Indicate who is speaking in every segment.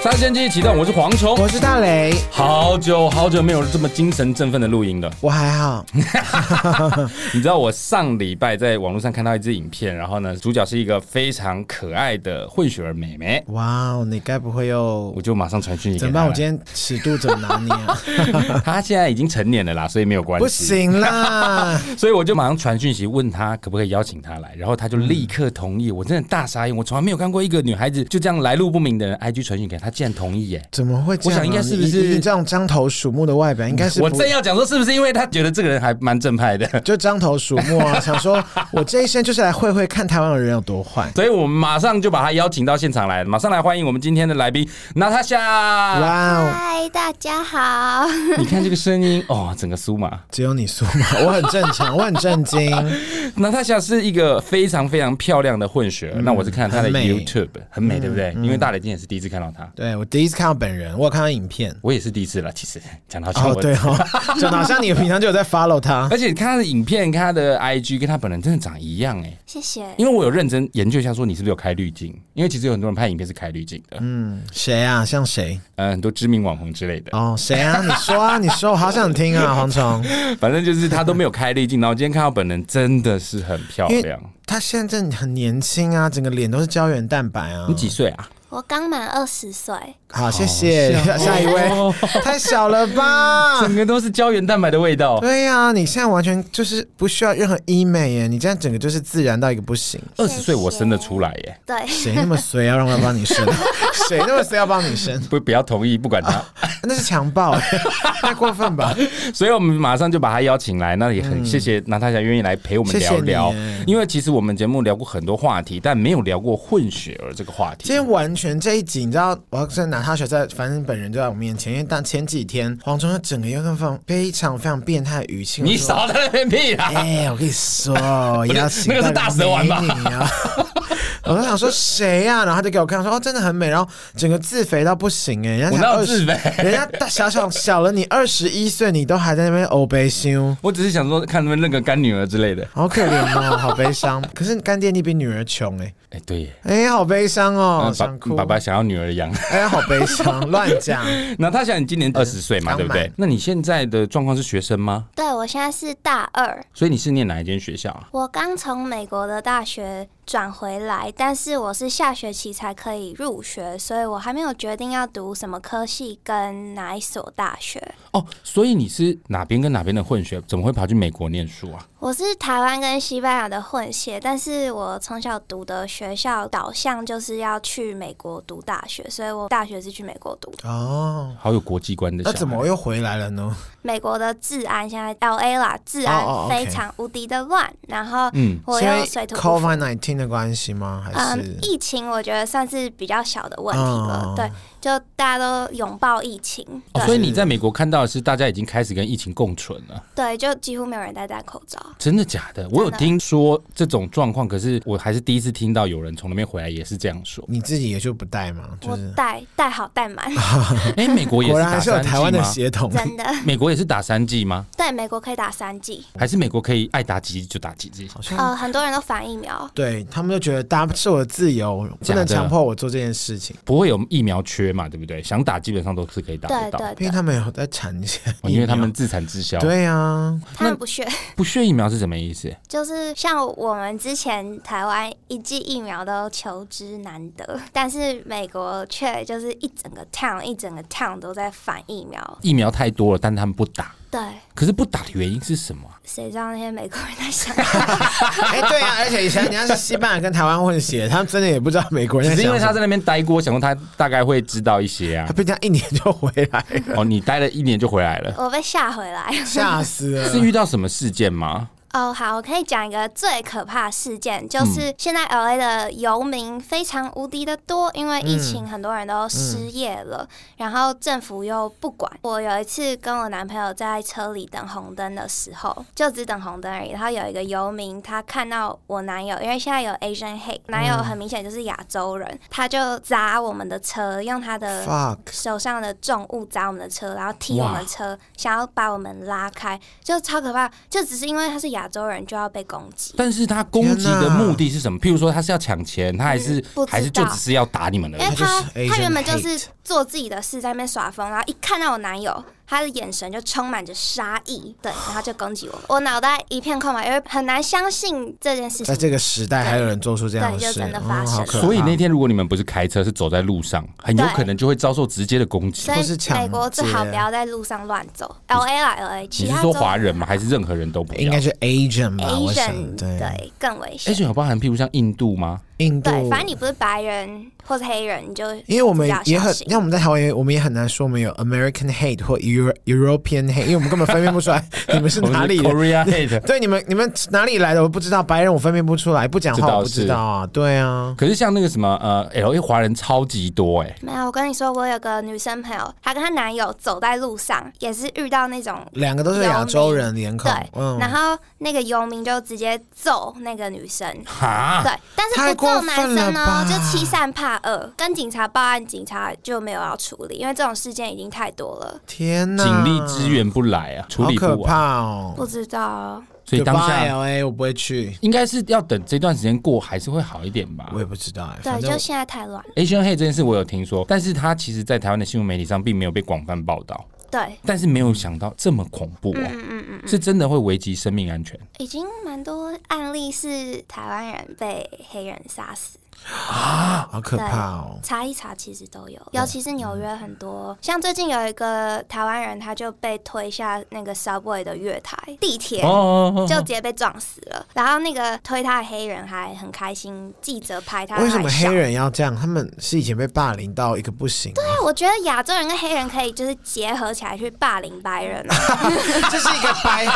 Speaker 1: 杀时间机启动，我是蝗虫。
Speaker 2: 我是大雷，
Speaker 1: 好久好久没有这么精神振奋的录音了。
Speaker 2: 我 还好，
Speaker 1: 你知道我上礼拜在网络上看到一支影片，然后呢，主角是一个非常可爱的混血儿妹妹，
Speaker 2: 哇哦，你该不会又
Speaker 1: 我就马上传讯息给
Speaker 2: 怎么
Speaker 1: 她
Speaker 2: 办？
Speaker 1: 了。
Speaker 2: 我今天尺度怎么拿捏 啊？
Speaker 1: 她现在已经成年了啦，所以没有关
Speaker 2: 不
Speaker 1: 系。
Speaker 2: 行 啦，
Speaker 1: 所以我就马上传讯息问他可不可以邀请他来，然后他就立刻同意。我真的大傻眼，我从来没有看过一个女孩子就这样来路不明的人，IG 传讯给他，他竟然同意耶！
Speaker 2: 怎么会这样啊？
Speaker 1: 我想应该是不
Speaker 2: 你
Speaker 1: 是
Speaker 2: 你你这种獐头鼠目的外表，应该是
Speaker 1: 我
Speaker 2: 不
Speaker 1: 正要讲说是不是因为他觉得这个人还蛮正派的，
Speaker 2: 就獐头鼠目 啊，想说我这一生就是来会会看台湾的人有多坏。
Speaker 1: 所以我们马上就把他邀请到现场来，马上来欢迎我们今天的来宾娜塔夏。
Speaker 2: 哇哦，
Speaker 3: 嗨，大家好。
Speaker 1: 你看这个声音哦，整个苏 麻。
Speaker 2: 只有你说嘛，我很正常，我很震惊。
Speaker 1: 娜塔夏是一个非常非常漂亮的混血儿，那我是看她的
Speaker 2: 嗯很美嗯
Speaker 1: YouTube，很美，对不对？因为大雷今天也是第一次看到她，
Speaker 2: 对我第一次看到本人，我有看到影片。
Speaker 1: 我也是第一次了。其实讲到像
Speaker 2: 哦，
Speaker 1: 我
Speaker 2: 对哦，就好像你平常就有在 follow 他。
Speaker 1: 而且看他的影片，看他的 IG，跟他本人真的长一样哎、
Speaker 3: 谢谢。
Speaker 1: 因为我有认真研究一下，说你是不是有开滤镜？因为其实有很多人拍影片是开滤镜的，嗯、
Speaker 2: 谁啊？像谁？
Speaker 1: 呃，很多知名网红之类的，
Speaker 2: 哦，谁啊？你说啊，你说，我好想听 啊，蝗虫。
Speaker 1: 反正就是他都没有开滤镜。然后今天看到本人真的是很漂
Speaker 2: 因为
Speaker 1: 亮。
Speaker 2: 他现在很年轻啊，整个脸都是胶原蛋白啊
Speaker 1: 你。几岁啊？
Speaker 3: 我刚满二十岁，
Speaker 2: 好，谢谢。 下 一位，
Speaker 1: 哦
Speaker 2: 太小了吧
Speaker 1: 整？个都是胶原蛋白的味 道。
Speaker 2: 对呀、啊，你现在完全就是不需要任何医美耶，你这样整个就是自然到一个不行。
Speaker 1: 二十岁我生得出来耶，
Speaker 3: 对，
Speaker 2: 谁那么衰要让他帮你 生？谁那么衰要帮你生？
Speaker 1: 不不要同意，不管他。
Speaker 2: 那是强暴， 太过分吧？
Speaker 1: 所以我们马上就把他邀请来，那也很谢谢娜塔莎愿意来陪我们
Speaker 2: 嗯谢谢
Speaker 1: 聊聊
Speaker 2: 你耶，
Speaker 1: 因为其实我们节目聊过很多话题，但没有聊过混血儿这个话题
Speaker 2: 今。天完全这一集，你知道，我要跟拿他学在，反正本人就在我面前，因为当前几天黄忠他整个又跟放非常非常变态的语气，
Speaker 1: 你
Speaker 2: 我说
Speaker 1: 少在那边屁啊啦！
Speaker 2: 哎、我跟你 说，我邀请
Speaker 1: 那个是大蛇丸吧
Speaker 2: 美女啊 我就想说谁呀、然后他就给我看，说哦，真的很美，然后整个自肥到不行哎、人
Speaker 1: 我
Speaker 2: 家
Speaker 1: 哪有
Speaker 2: 二十
Speaker 1: 自肥
Speaker 2: 人家大小小小了你二十一岁，你都还在那边欧悲修，
Speaker 1: 我只是想说看他们认个干女儿之类的。
Speaker 2: 好可怜 哦，好悲伤。可是干爹你比女儿穷哎、
Speaker 1: 哎，对耶，
Speaker 2: 哎、好悲伤哦，
Speaker 1: 嗯爸
Speaker 2: 想哭。
Speaker 1: 爸爸想要女儿养。
Speaker 2: 哎、好悲伤，乱讲。
Speaker 1: 那他想你今年二十岁嘛，
Speaker 2: 刚满
Speaker 1: 对不对？那你现在的状况是学生吗？
Speaker 3: 对我现在是大二，
Speaker 1: 所以你是念哪一间学校啊？
Speaker 3: 我刚从美国的大学转回来，但是我是下学期才可以入学，所以我还没有决定要读什么科系跟哪一所大学。
Speaker 1: 哦，所以你是哪边跟哪边的混血？怎么会跑去美国念书啊？
Speaker 3: 我是台湾跟西班牙的混血，但是我从小读的学校导向就是要去美国读大学，所以我大学是去美国读的。
Speaker 2: 哦，
Speaker 1: 好有国际观的小
Speaker 2: 那
Speaker 1: 孩。
Speaker 2: 怎么又回来了呢？
Speaker 3: 美国的治安现在 L A 啦，治
Speaker 2: 哦哦
Speaker 3: 安
Speaker 2: ，OK
Speaker 3: 非常无敌的乱，然后
Speaker 1: 嗯
Speaker 3: 我
Speaker 2: 是因为
Speaker 3: 又水土不服。
Speaker 2: COVID nineteen 的关系吗？还是、
Speaker 3: 嗯，疫情我觉得算是比较小的问题了，
Speaker 2: 哦
Speaker 3: 对，就大家都拥抱疫情，
Speaker 1: 哦
Speaker 3: 对、
Speaker 1: 所以你在美国看到的是大家已经开始跟疫情共存了，
Speaker 3: 对，就几乎没有人戴戴口罩。
Speaker 1: 真的假的？我有
Speaker 3: 真的
Speaker 1: 听说这种状况，可是我还是第一次听到有人从那边回来也是这样
Speaker 2: 。
Speaker 1: 说
Speaker 2: 你自己也就不带嘛？就
Speaker 3: 我
Speaker 2: 是
Speaker 3: 戴戴好 戴满，
Speaker 1: 哎、美国也
Speaker 2: 果
Speaker 1: 是
Speaker 2: 然还
Speaker 1: 打
Speaker 2: 是有
Speaker 1: 三
Speaker 2: 台湾
Speaker 1: G
Speaker 2: 的
Speaker 1: 吗？
Speaker 2: 血统。
Speaker 3: 真的。
Speaker 1: 美国也是打三 G 吗？
Speaker 3: 对，美国可以打三剂，
Speaker 1: 还是美国可以爱打几剂就打几剂？
Speaker 2: 好像
Speaker 3: 呃，很多人都反疫苗，
Speaker 2: 对他们就觉得搭是我的自由，不
Speaker 1: 假的
Speaker 2: 能强迫我做这件事情，
Speaker 1: 不会有疫苗缺嘛，对不对？想打基本上都是可以打得
Speaker 3: 对
Speaker 1: 到，
Speaker 3: 对
Speaker 2: 因为
Speaker 3: 对，
Speaker 2: 他们有在产一些疫
Speaker 1: 哦
Speaker 2: 苗，
Speaker 1: 因为他们自产自销。
Speaker 2: 对啊，
Speaker 3: 他们不屑，
Speaker 1: 不屑疫苗是什么意思？
Speaker 3: 就是像我们之前台湾一剂疫苗都求之难得，但是美国却就是一整个 town 一整个 town 都在反疫苗，
Speaker 1: 疫苗太多了，但他们不打。
Speaker 3: 对，
Speaker 1: 可是不打的原因是什么啊？
Speaker 3: 谁知道那些美国人在想
Speaker 2: 哎对啊，而且以前人家是西班牙跟台湾混血，他们真的也不知道美国人
Speaker 1: 只
Speaker 2: 在
Speaker 1: 是因为
Speaker 2: 想
Speaker 1: 他
Speaker 2: 什么。
Speaker 1: 在那边待过，想说他大概会知道一些啊
Speaker 2: 他。被这样一年就回来 了，
Speaker 1: 哦，你待了一年就回来了，
Speaker 3: 我被吓回来。
Speaker 2: 吓死
Speaker 1: 是
Speaker 2: 了！
Speaker 1: 遇到什么事件吗？
Speaker 3: 哦，好，我可以讲一个最可怕的事件，就是现在 LA 的游民非常无敌的多，因为疫情很多人都失业了，然后政府又不管。我有一次跟我男朋友在车里等红灯的时候，就只等红灯而已，然后有一个游民他看到我男友，因为现在有 Asian hate，男友很明显就是亚洲人，他就砸我们的车，用他的
Speaker 2: Fuck
Speaker 3: 手上的重物砸我们的车，然后踢我
Speaker 1: 哇
Speaker 3: 们车，想要把我们拉开，就超可怕。就只是因为他是亚洲人就要被攻击。
Speaker 1: 但是他攻击的目的是什么？譬如说他是要抢钱，他还是、
Speaker 3: 嗯不知道哎
Speaker 1: 还是就只是要打你们而
Speaker 3: 因为
Speaker 1: 已。
Speaker 3: 他
Speaker 2: 他就是
Speaker 3: 他原
Speaker 2: Asian
Speaker 3: 本就
Speaker 2: hate
Speaker 3: 是做自己的事，在那边耍疯，然后一看到我男友，他的眼神就充满着杀意，对，然后就攻击我，哦我脑袋一片空白，因为很难相信这件事
Speaker 2: 在
Speaker 3: 情。
Speaker 2: 这个时代还有人做出这样的
Speaker 3: 对就
Speaker 2: 事，
Speaker 3: 真的
Speaker 2: 哦
Speaker 3: 发生
Speaker 2: 好可怕。
Speaker 1: 所以那天如果你们不是开车，是走在路上，很有
Speaker 3: 对
Speaker 1: 可能就会遭受直接的攻击
Speaker 3: 所。
Speaker 2: 或是
Speaker 3: 以
Speaker 2: 抢
Speaker 3: 美国最好
Speaker 2: 劫
Speaker 3: 不要在路上乱走，L A 啦 L A，其
Speaker 1: 你是
Speaker 3: 他
Speaker 1: 说
Speaker 3: 州
Speaker 1: 华人吗？还是任何人都不
Speaker 2: 应
Speaker 1: 要
Speaker 2: 该是 Asian 吧我想
Speaker 3: Asian
Speaker 2: 对
Speaker 3: 对更危险
Speaker 1: ？Asian 有包含譬如像印度吗？
Speaker 2: 印度，
Speaker 3: 对，反正你不是白人或是黑人，你就
Speaker 2: 因为我们
Speaker 3: 比较
Speaker 2: 也
Speaker 3: 小
Speaker 2: 很，
Speaker 3: 心
Speaker 2: 因为我们在台湾也，我们也很难说我们有 American hate 或 Euro European hate，因为我们根本分辨不 出来你们是
Speaker 1: 我们
Speaker 2: 哪里人。
Speaker 1: Korea Hate？
Speaker 2: 对，你们你们哪里来的我不知道，白人我分辨不出来，不讲
Speaker 1: 这
Speaker 2: 话
Speaker 1: 倒
Speaker 2: 我不知
Speaker 1: 是
Speaker 2: 道啊。对啊，
Speaker 1: 可是像那个什么呃，L A 华人超级多哎、
Speaker 3: 没有，我跟你说，我有个女生朋友，她跟她男友走在路上，也是遇到那种
Speaker 2: 两个都是亚洲人脸孔
Speaker 3: 对，，
Speaker 2: 嗯，
Speaker 3: 然后那个游民就直接揍那个女生，
Speaker 1: 哈，
Speaker 3: 对，但
Speaker 2: 太
Speaker 3: 是不
Speaker 2: 过
Speaker 3: 揍
Speaker 2: 分
Speaker 3: 男生
Speaker 2: 了吧
Speaker 3: 哦，就欺善怕恶，跟警察报案，警察就没有要处理，因为这种事件已经太多了。
Speaker 2: 天哪，
Speaker 1: 警力支援不来啊，处
Speaker 2: 好
Speaker 1: 理
Speaker 2: 可
Speaker 1: 不完，
Speaker 2: 怕哦。
Speaker 3: 不知道哦，
Speaker 1: 所以当
Speaker 2: Goodbye
Speaker 1: 下
Speaker 2: LA 我不会去，
Speaker 1: 应该是要等这段时间过，还是会好一点吧
Speaker 2: 我。也不知道哎，
Speaker 3: 对，
Speaker 2: 反
Speaker 3: 就
Speaker 2: 正
Speaker 3: 现在太乱了，
Speaker 1: Asian hate 这件事我有听说，但是它其实在台湾的新闻媒体上并没有被广泛报道，
Speaker 3: 对，
Speaker 1: 但是没有想到这么恐怖
Speaker 3: 嗯
Speaker 1: 哦，
Speaker 3: 嗯嗯嗯，
Speaker 1: 是真的会危及生命安全。
Speaker 3: 已经蛮多案例是台湾人被黑人杀死，
Speaker 2: 好可怕哦。
Speaker 3: 查一查其实都有，嗯尤其是纽约很多，像最近有一个台湾人，他就被推下那个 subway 的月台，地铁。
Speaker 1: 哦哦
Speaker 3: 就直接被撞死了。然后那个推他的黑人还很开心，记者拍他。
Speaker 2: 为什么
Speaker 3: 他还笑
Speaker 2: 黑？人要这样？他们是以前被霸凌到一个不行啊吗，
Speaker 3: 对，我啊觉得亚洲人跟黑人可以就是结合起来去霸凌白人、 啊。
Speaker 2: 这是一个白，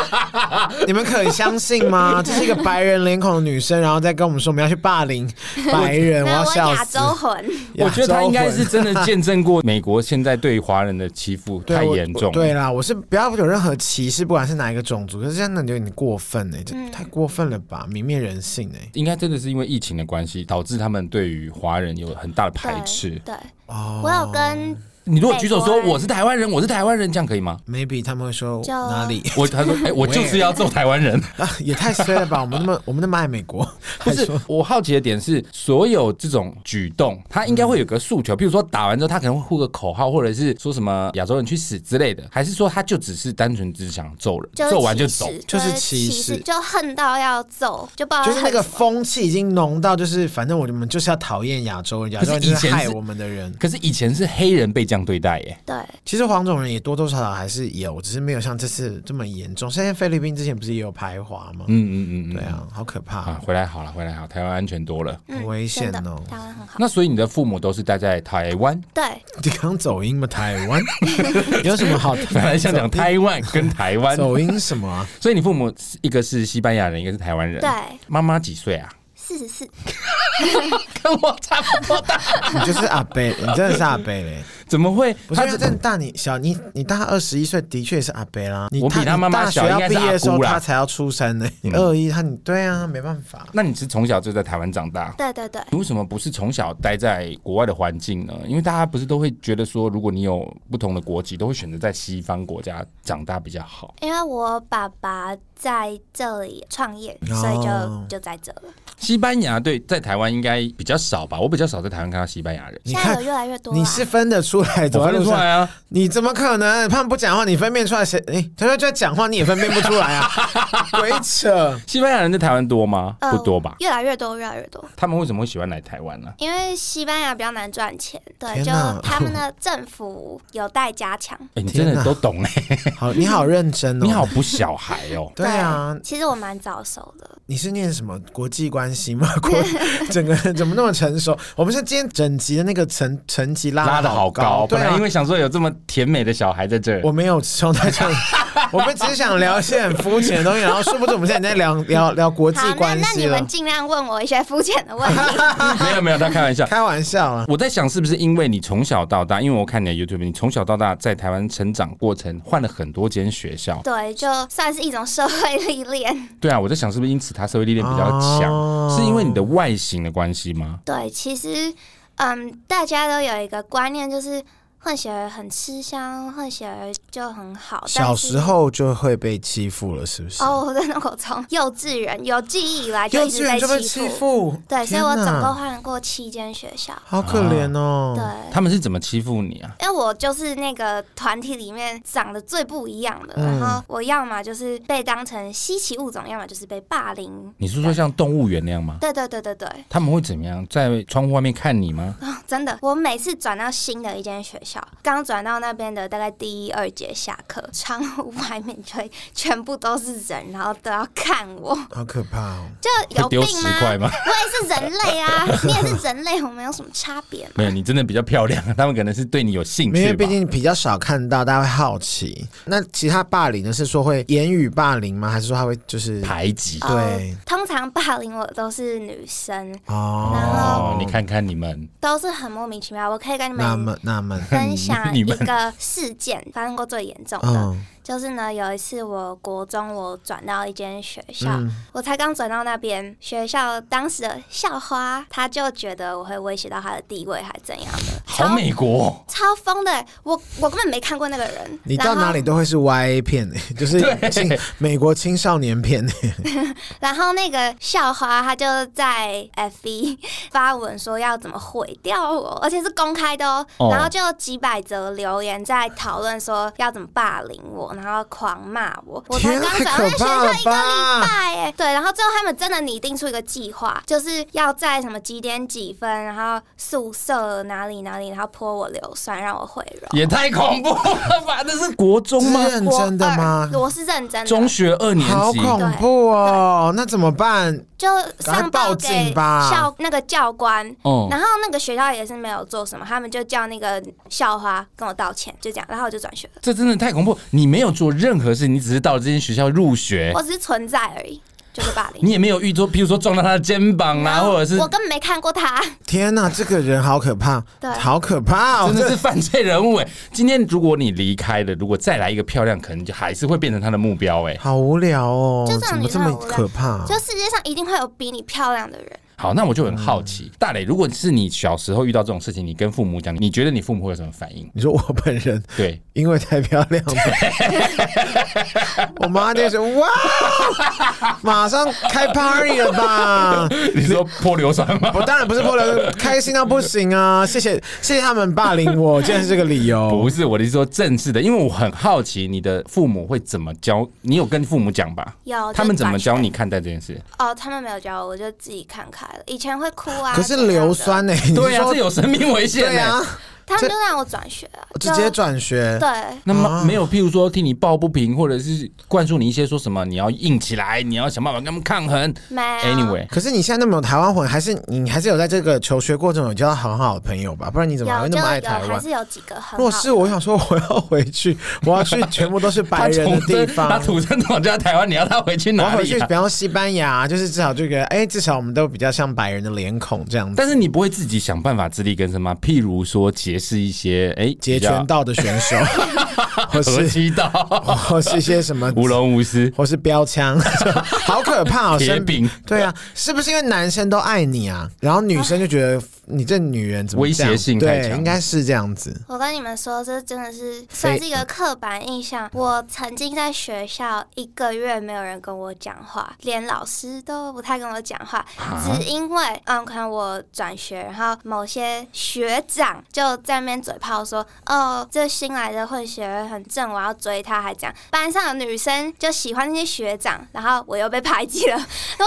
Speaker 2: 你们可以相信 吗？这是一个白人脸孔的女生，然后再跟我们说我们要去霸 凌白人，
Speaker 3: 没有，
Speaker 2: 要
Speaker 3: 我
Speaker 2: 笑
Speaker 3: 亚
Speaker 2: 死。
Speaker 3: 洲 魂。
Speaker 1: 我觉得他应该是
Speaker 2: 亚洲
Speaker 1: 真的见证过美国现在对华人的欺负
Speaker 2: 对
Speaker 1: 太
Speaker 2: 我
Speaker 1: 严重了。
Speaker 2: 对啦，我是不要有任何歧视，不管是哪一个种族，可是真的有点过分呢、这
Speaker 3: 嗯
Speaker 2: 太过分了吧，泯灭人性欸呢、
Speaker 1: 应该真的是因为疫情的关系，导致他们对于华人有很大的排斥。
Speaker 3: 对，
Speaker 2: 哦、
Speaker 3: 我有跟
Speaker 1: 你如果举手
Speaker 3: 美国
Speaker 1: 说
Speaker 3: 人
Speaker 1: 我是台湾人，我是台湾人，这样可以吗？
Speaker 2: m a y b e 他们会说
Speaker 3: 就
Speaker 2: 哪里
Speaker 1: 我他说，哎、我就是要揍台湾人。
Speaker 2: 啊， 也太衰了吧！我们那么我们那么爱美 国，
Speaker 3: 哦
Speaker 1: 不是，我好奇的点是，所有这种举动，他应该会有个诉求，比如说打完之后，他可能会呼个口号，或者是说什么亚洲人去死之类的，还是说他就只是单纯只想揍人，
Speaker 3: 就是
Speaker 1: 揍完就
Speaker 3: 歧
Speaker 1: 走？
Speaker 3: 视
Speaker 2: 就是歧
Speaker 3: 歧视，
Speaker 2: 视
Speaker 3: 就恨到要揍，就不知道
Speaker 2: 就是那个
Speaker 3: 恨什么
Speaker 2: 风气已经浓到，就是反正我们就是要讨厌亚洲人，亚洲人就
Speaker 1: 可是以
Speaker 2: 是
Speaker 1: 前是
Speaker 2: 害我们的人。
Speaker 1: 可是以前是黑人被这样对待耶，
Speaker 3: 对。
Speaker 2: 其实黄种人也多多少少还是有，只是没有像这次这么严重。现在菲律宾之前不是也有排华吗？
Speaker 1: 嗯嗯嗯嗯，
Speaker 2: 对啊，好可怕，
Speaker 1: 啊，回来好了，回来好，台湾安全多了。
Speaker 3: 嗯
Speaker 2: 很危险
Speaker 3: 真的
Speaker 2: 哦。
Speaker 3: 台湾很好。
Speaker 1: 那所以你的父母都是待在台 湾，
Speaker 3: 对，
Speaker 2: 你刚走音吗？台 湾有什么好？
Speaker 1: 本来想讲台湾跟台湾，
Speaker 2: 走音什么啊？
Speaker 1: 所以你父母一个是西班牙人，一个是台湾人。
Speaker 3: 对，
Speaker 1: 妈妈几岁啊？
Speaker 3: 四十四，
Speaker 1: 跟我差不多大，
Speaker 2: 你就是阿贝，你真的是阿贝 嘞！
Speaker 1: 怎么会？
Speaker 2: 不是
Speaker 1: 他
Speaker 2: 因为真的大你小你你大二十一岁，的确也是阿贝啦。你
Speaker 1: 我比
Speaker 2: 大
Speaker 1: 他妈妈
Speaker 2: 你大学
Speaker 1: 小应
Speaker 2: 要
Speaker 1: 该是
Speaker 2: 毕业的时
Speaker 1: 阿
Speaker 2: 候
Speaker 1: 姑啦嗯
Speaker 2: 他才要出生呢。你二一他你对啊，没办法。
Speaker 1: 那你是从小就在台湾长大？
Speaker 3: 对对对，
Speaker 1: 你为什么不是从小待在国外的环境呢？因为大家不是都会觉得说，如果你有不同的国籍，都会选择在西方国家长大比较好。
Speaker 3: 因为我爸爸在这里创业，
Speaker 2: 哦
Speaker 3: 所以就就在这了。
Speaker 1: 西班牙对在台湾应该比较少吧？我比较少在台湾看到西班牙人。
Speaker 2: 你
Speaker 3: 现在
Speaker 2: 看
Speaker 3: 有越来越多啦。啊
Speaker 2: 你是分得出来，走
Speaker 1: 我
Speaker 2: 在
Speaker 1: 分得
Speaker 2: 路
Speaker 1: 出
Speaker 2: 上
Speaker 1: 来啊，
Speaker 2: 你怎么可能？他们不讲话，你分辨出来谁？哎、他说就在讲话，你也分辨不出 来啊！鬼扯！
Speaker 1: 西班牙人在台湾多吗？
Speaker 3: 呃
Speaker 1: 不多吧？
Speaker 3: 越来越多，越来越多。
Speaker 1: 他们为什么会喜欢来台湾呢、
Speaker 3: 因为西班牙比较难赚钱，对，
Speaker 2: 天
Speaker 3: 就
Speaker 2: 哪
Speaker 3: 他们 的政府有待加强。
Speaker 1: 哎、你真
Speaker 2: 天
Speaker 1: 的
Speaker 2: 哪
Speaker 1: 都 懂哎、
Speaker 2: 好，你好认真哦。
Speaker 1: 你好，不小孩哦、
Speaker 2: 对啊，
Speaker 3: 其实我蛮早熟的，
Speaker 2: 你是念什么国际关系吗？ 国整个怎么那么成熟？我们是今天整集的那个层层级拉
Speaker 1: 拉
Speaker 2: 的
Speaker 1: 的好
Speaker 2: 高，
Speaker 1: 高，哦
Speaker 2: 对
Speaker 1: 本来
Speaker 2: 啊
Speaker 1: 因，为想说有这么甜美的小孩在这儿，
Speaker 2: 我没有冲 在这里，我们只是想聊一些很肤浅的东西，然后殊不知我们现在在聊聊聊国际
Speaker 3: 好，那
Speaker 2: 关
Speaker 3: 那
Speaker 2: 系
Speaker 3: 你们
Speaker 2: 了。
Speaker 3: 尽量问我一些肤浅的问题。
Speaker 1: 没有没有，他开玩笑。
Speaker 2: 开玩笑啊，
Speaker 1: 我在想，是不是因为你从小到大，因为我看你的 YouTube，你从小到大在台湾成长过程，换了很多间学校。
Speaker 3: 对，就算是一种社会历练。
Speaker 1: 对啊，我在想，是不是因此他社会历练比较强？
Speaker 2: 哦
Speaker 1: 是因为你的外形的关系吗？
Speaker 3: 对，其实嗯，大家都有一个观念，就是混血儿很吃香，混血儿就很好。
Speaker 2: 小
Speaker 3: 但是
Speaker 2: 时候就会被欺负了，是不是？，
Speaker 3: 哦，真的，我从 幼稚园有记忆以来就
Speaker 2: 幼
Speaker 3: 一直
Speaker 2: 稚园就被
Speaker 3: 欺
Speaker 2: 欺
Speaker 3: 负。
Speaker 2: 负，
Speaker 3: 对，所以
Speaker 2: 天
Speaker 3: 我
Speaker 2: 哪
Speaker 3: 总共换过七间学校。
Speaker 2: 好可怜哦。
Speaker 3: 对，
Speaker 1: 他们是怎么欺负你啊？
Speaker 3: 因为我就是那个团体里面长得最不一样的，
Speaker 2: 嗯
Speaker 3: 然后我要么就是被当成稀奇物种，要么就是被霸凌。
Speaker 1: 你是说像动物园那样吗？
Speaker 3: 对对对对对，
Speaker 1: 他们会怎么样？在窗户外面看你吗？
Speaker 3: 真的，我每次转到新的一间学校，刚转到那边的大概第一、二节下课，窗户外面就会全部都是人，然后都要看我，
Speaker 2: 好可怕哦！
Speaker 3: 就
Speaker 1: 会
Speaker 3: 有病
Speaker 1: 丢十块
Speaker 3: 吗？
Speaker 1: 吗？
Speaker 3: 我也是人类啊， 你也是人类，我们有什么差别吗？
Speaker 1: 没有，你真的比较漂亮，啊他们可能是对你有兴
Speaker 2: 因为
Speaker 1: 趣
Speaker 2: 毕
Speaker 1: 吧。
Speaker 2: 竟比较少看到，大家会好奇。那其他霸凌呢？是说会言语霸凌吗？还是说他会就是
Speaker 1: 排挤
Speaker 2: 对
Speaker 3: 呃通常霸凌我都是女生，然
Speaker 1: 哦
Speaker 2: 哦，？
Speaker 1: 你看看你们，
Speaker 3: 都是很莫名其妙。我可以跟你
Speaker 2: 纳
Speaker 3: 们
Speaker 2: 闷纳闷，
Speaker 3: 分 享
Speaker 1: 你
Speaker 3: 一
Speaker 1: 们
Speaker 3: 个事件，发生过最严重的，
Speaker 2: 嗯
Speaker 3: 就是呢，有一次我国中我转到一间学校，
Speaker 2: 嗯，
Speaker 3: 我才刚转到那边，学校当时的校花，她就觉得我会威胁到她的地位，还怎样的，
Speaker 1: 好
Speaker 3: 超
Speaker 1: 美国哦，
Speaker 3: 超疯的，我我根本没看过那个人。
Speaker 2: 你到哪里都会是 Y 片，欸 就是青美国青少年片。欸
Speaker 3: 然后？然后那个校花她就在 FB 发文说要怎么毁掉我，而且是公开的哦。
Speaker 1: 哦
Speaker 3: 然后就有几百则留言在讨论说要怎么霸凌我，然后狂骂我。我才
Speaker 2: 天
Speaker 3: 刚
Speaker 2: 啊，太
Speaker 3: 转到
Speaker 2: 可
Speaker 3: 学
Speaker 2: 怕
Speaker 3: 校
Speaker 2: 了吧！
Speaker 3: 拜哎，对，然后最后他们真的拟定出一个计划，就是要在什么几点几分，然后宿舍哪里哪里，然后泼我硫酸让我毁容。
Speaker 1: 也太恐怖了吧！这是国中吗
Speaker 2: 是？认真的吗
Speaker 3: 国？二我是认真的，
Speaker 1: 中学二年
Speaker 2: 好
Speaker 1: 级，
Speaker 2: 恐怖哦！那怎么办？
Speaker 3: 就上
Speaker 2: 赶快
Speaker 3: 报
Speaker 2: 报
Speaker 3: 给
Speaker 2: 警吧
Speaker 3: 校那个教官，
Speaker 1: 哦，
Speaker 3: 然后那个学校也是没有做什么，他们就叫那个校花跟我道歉，就这样，然后我就转学了，
Speaker 1: 这真的太恐怖！你没有做任何事，你只是到了这间学校入学，
Speaker 3: 我只是存在而已，就是霸凌。
Speaker 1: 哎你也没有遇到，比如说撞到他的肩膀啊，
Speaker 3: 然后
Speaker 1: 或者是
Speaker 3: 我根本没看过
Speaker 2: 啊
Speaker 3: 他，
Speaker 2: 天哪，这个人好可怕，
Speaker 3: 对
Speaker 2: 好可怕哦！
Speaker 1: 真的是
Speaker 2: 这
Speaker 1: 犯罪人物哎、今天如果你离开了，如果再来一个漂亮，可能就还是会变成他的目标哎、
Speaker 2: 好无聊哦
Speaker 3: 就，这
Speaker 2: 怎
Speaker 3: 种
Speaker 2: 么
Speaker 3: 女
Speaker 2: 这
Speaker 3: 生很
Speaker 2: 么
Speaker 3: 无聊
Speaker 2: 可怕？啊
Speaker 3: 就世界上一定会有比你漂亮的人。
Speaker 1: 好，那我就很好奇，大磊，如果是你小时候遇到这种事情，你跟父母讲，你觉得你父母会有什么反应？
Speaker 2: 你说我本人
Speaker 1: 对，
Speaker 2: 因为太漂亮了，我妈就说哇，马上开 party 了吧？
Speaker 1: 你说泼硫酸吗？
Speaker 2: 我当然不是泼了，开心到不行啊！谢谢谢谢他们霸凌我，竟然是这个理由
Speaker 1: 不。是，我的意思说正式的，因为我很好奇你的父母会怎么教，你有跟父母讲吧？
Speaker 3: 有
Speaker 1: 他们怎么教？
Speaker 3: 哦就转
Speaker 1: 你
Speaker 3: 学
Speaker 1: 看待这件事？
Speaker 3: 哦，他们没有教我，我就自己看开了。以前会哭啊，
Speaker 2: 可是硫酸呢、你
Speaker 1: 对啊，
Speaker 2: 说
Speaker 1: 这有生命危险欸
Speaker 2: 对
Speaker 1: 呢、
Speaker 2: 啊，
Speaker 3: 怎样的，他们就让我转学啊，
Speaker 2: 直
Speaker 3: 就
Speaker 2: 接转学。
Speaker 3: 对。啊
Speaker 1: 那
Speaker 2: 啊
Speaker 1: 么没有，譬如说替你抱不平，或者是灌输你一些说什么你要硬起来，你要想办法跟他们抗衡。
Speaker 3: 没有
Speaker 1: Anyway，
Speaker 2: 可是你现在那么有台湾魂，还是你还是有在这个求学过程有交到很好的朋友吧？不然你怎么还
Speaker 3: 有
Speaker 2: 会
Speaker 3: 就
Speaker 2: 那么爱
Speaker 3: 有，
Speaker 2: 台
Speaker 3: 还
Speaker 2: 湾？
Speaker 3: 是有几个很
Speaker 2: 若
Speaker 3: 好
Speaker 2: 是我想说我要回去，我要去全部都是白人的地 方，
Speaker 1: 他土生土长台湾，你要他回去
Speaker 2: 我要
Speaker 1: 哪
Speaker 2: 回
Speaker 1: 里、
Speaker 2: 去，
Speaker 1: 啊
Speaker 2: 比？方西班牙，就是至少就觉得，哎、至少我们都比较像白人的脸孔这样子。
Speaker 1: 但是你不会自己想办法自力更生吗？譬如说结识一些哎，
Speaker 2: 截拳道的选手， 或
Speaker 1: 合
Speaker 2: 是
Speaker 1: 气道、
Speaker 2: 或是一些 什么
Speaker 1: 舞龙舞狮、
Speaker 2: 或是标枪， 好可怕哦！
Speaker 1: 铁
Speaker 2: 生
Speaker 1: 饼，
Speaker 2: 对啊，是不是因为男生都爱你啊？然后女生就觉得你这女人怎么这样
Speaker 1: 威胁性太
Speaker 2: 对，
Speaker 1: 强
Speaker 2: 应该是这样子。
Speaker 3: 我跟你们说，这真的是算是一个刻板印象。我曾经在学校一个月没有人跟我讲话，连老师都不太跟我讲话，只因为嗯，可能我转学，然后某些学长就在那边嘴炮说：“哦，这新来的混血儿很正，我要追他。”还这样，班上的女生就喜欢那些学长，然后我又被排挤了。我甚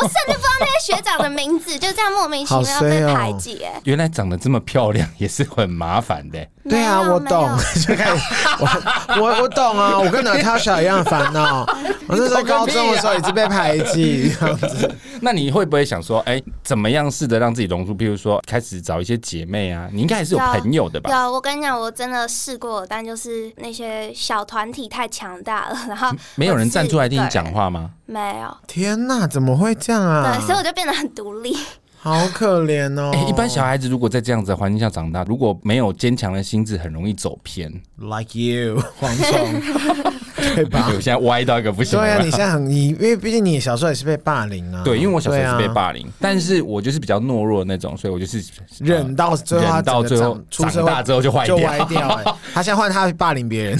Speaker 3: 至不知道那些学长的名字，就这样莫名其妙被
Speaker 2: 好衰哦
Speaker 3: 排挤、哎，
Speaker 1: 原来长得这么漂亮也是很麻烦的、
Speaker 2: 对啊，
Speaker 3: 没有
Speaker 2: 我
Speaker 3: 没
Speaker 2: 懂
Speaker 3: 有，
Speaker 2: 就开始我我我懂啊，我跟 Natasha 一样烦恼。我那时候高
Speaker 1: 啊
Speaker 2: 中的时候也是被排挤 这样子，
Speaker 1: 那你会不会想说，哎、怎么样试着让自己融入？譬如说，开始找一些姐妹啊，你应该还是有
Speaker 3: 有
Speaker 1: 朋友的吧？
Speaker 3: 有，我跟你讲，我真的试过，但就是那些小团体太强大了，然后
Speaker 1: 嗯没有人站出来听你讲
Speaker 3: 我
Speaker 1: 话吗？
Speaker 3: 自己一个人，没有，
Speaker 2: 天哪，怎么会这样啊
Speaker 3: 对，？所以我就变得很独立。
Speaker 2: 好可怜哦
Speaker 1: 哎、。一般小孩子如果在这样子的环境下长大，如果没有坚强的心智，很容易走偏。
Speaker 2: like you 蝗虫， 对吧
Speaker 1: 我？现在歪到一个不行。
Speaker 2: 对
Speaker 1: 有
Speaker 2: 啊，
Speaker 1: 没有
Speaker 2: 你现在很你，因为毕竟你小时候也是被霸凌啊。
Speaker 1: 对，因为我小时候是被
Speaker 2: 对啊，
Speaker 1: 霸凌，但是我就是比较懦弱的那种，所以我就是呃
Speaker 2: 忍到最后他
Speaker 1: 啊忍
Speaker 2: 整
Speaker 1: 到
Speaker 2: 个
Speaker 1: 最后
Speaker 2: 长出
Speaker 1: 长
Speaker 2: 社会
Speaker 1: 大之后就坏
Speaker 2: 就
Speaker 1: 掉。
Speaker 2: 歪掉、欸。他现在换他去霸凌别 人，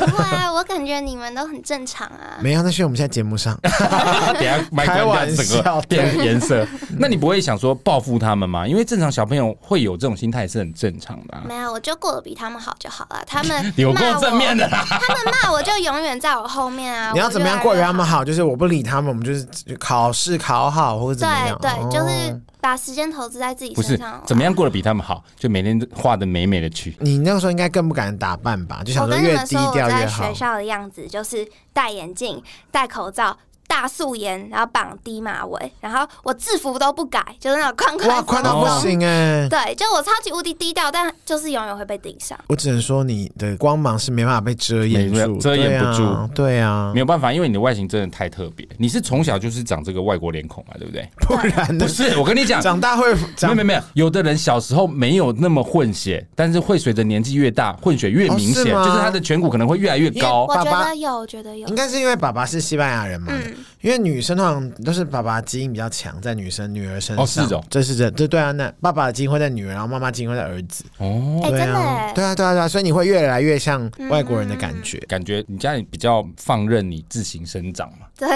Speaker 3: 不会啊，我感觉你们都很正常啊。
Speaker 2: 没有，那是我们现在节目上。
Speaker 1: 等一下麦
Speaker 2: 开
Speaker 1: 关
Speaker 2: 玩
Speaker 1: 掉，整
Speaker 2: 笑
Speaker 1: 个变颜 色。那你不会想说报复他们吗？因为正常小朋友会有这种心态也是很正常的、啊。
Speaker 3: 没有，我就过得比他们好就好了。他们
Speaker 1: 有够
Speaker 3: 骂我
Speaker 1: 正面的啦，
Speaker 3: 他们骂我就永远在我后面啊！
Speaker 2: 你要
Speaker 3: 我
Speaker 2: 怎么样
Speaker 3: 越来
Speaker 2: 过于
Speaker 3: 越
Speaker 2: 他们好？就是我不理他们，我们就是考试考好或者怎么
Speaker 3: 对
Speaker 2: 样。
Speaker 3: 对，
Speaker 2: 哦
Speaker 3: 就是把时间投资在自己
Speaker 1: 不是
Speaker 3: 身上。
Speaker 1: 怎么样过得比他们好，就每天画的美美的去。
Speaker 2: 你那个时候应该更不敢打扮吧？就想
Speaker 3: 我
Speaker 2: 说
Speaker 3: 跟你
Speaker 2: 越
Speaker 3: 们
Speaker 2: 低
Speaker 3: 说，我
Speaker 2: 调越
Speaker 3: 在
Speaker 2: 好
Speaker 3: 学。校的样子就是戴眼镜、戴口罩、大素颜，然后绑低马尾，然后我制服都不改，就是那种宽宽
Speaker 2: 哇，宽到不
Speaker 1: 哦
Speaker 2: 行哎、
Speaker 3: 对，就我超级无敌低调，但就是永远会被盯上。
Speaker 2: 我只能说你的光芒是没办法被遮掩
Speaker 1: 没
Speaker 2: 住，
Speaker 1: 有遮掩不住
Speaker 2: 对啊，
Speaker 1: 没
Speaker 2: 对啊，
Speaker 1: 有办法，因为你的外形真的太特别。你是从小就是长这个外国脸孔嘛，对不对？
Speaker 2: 不然呢
Speaker 1: 不？是，我跟你讲，
Speaker 2: 长大会
Speaker 1: 啊没有
Speaker 2: 长
Speaker 1: 没有没有，有的人小时候没有那么混血，但是会随着年纪越大，混血越明
Speaker 2: 哦
Speaker 1: 显，
Speaker 2: 是吗
Speaker 1: 就是他的颧骨可能会越来越高
Speaker 3: 我。觉
Speaker 2: 爸爸
Speaker 3: 得有，我觉得有
Speaker 2: 应。该是因为爸爸是西班牙人嘛，
Speaker 1: 嗯
Speaker 2: 因为女生通常都是爸爸基因比较强，在女生女儿身上，
Speaker 1: 哦是哦
Speaker 2: 这是这这对啊，那爸爸的基因会在女儿，然后妈妈基因会在儿子，
Speaker 1: 哦，
Speaker 3: 哎，
Speaker 2: 对
Speaker 3: 真的嗯
Speaker 2: 啊，
Speaker 3: 哎，
Speaker 2: 对啊，对啊，对啊，所以你会越来越像外国人的感觉。
Speaker 1: 感觉你家里比较放任你自行生长嘛？
Speaker 3: 对，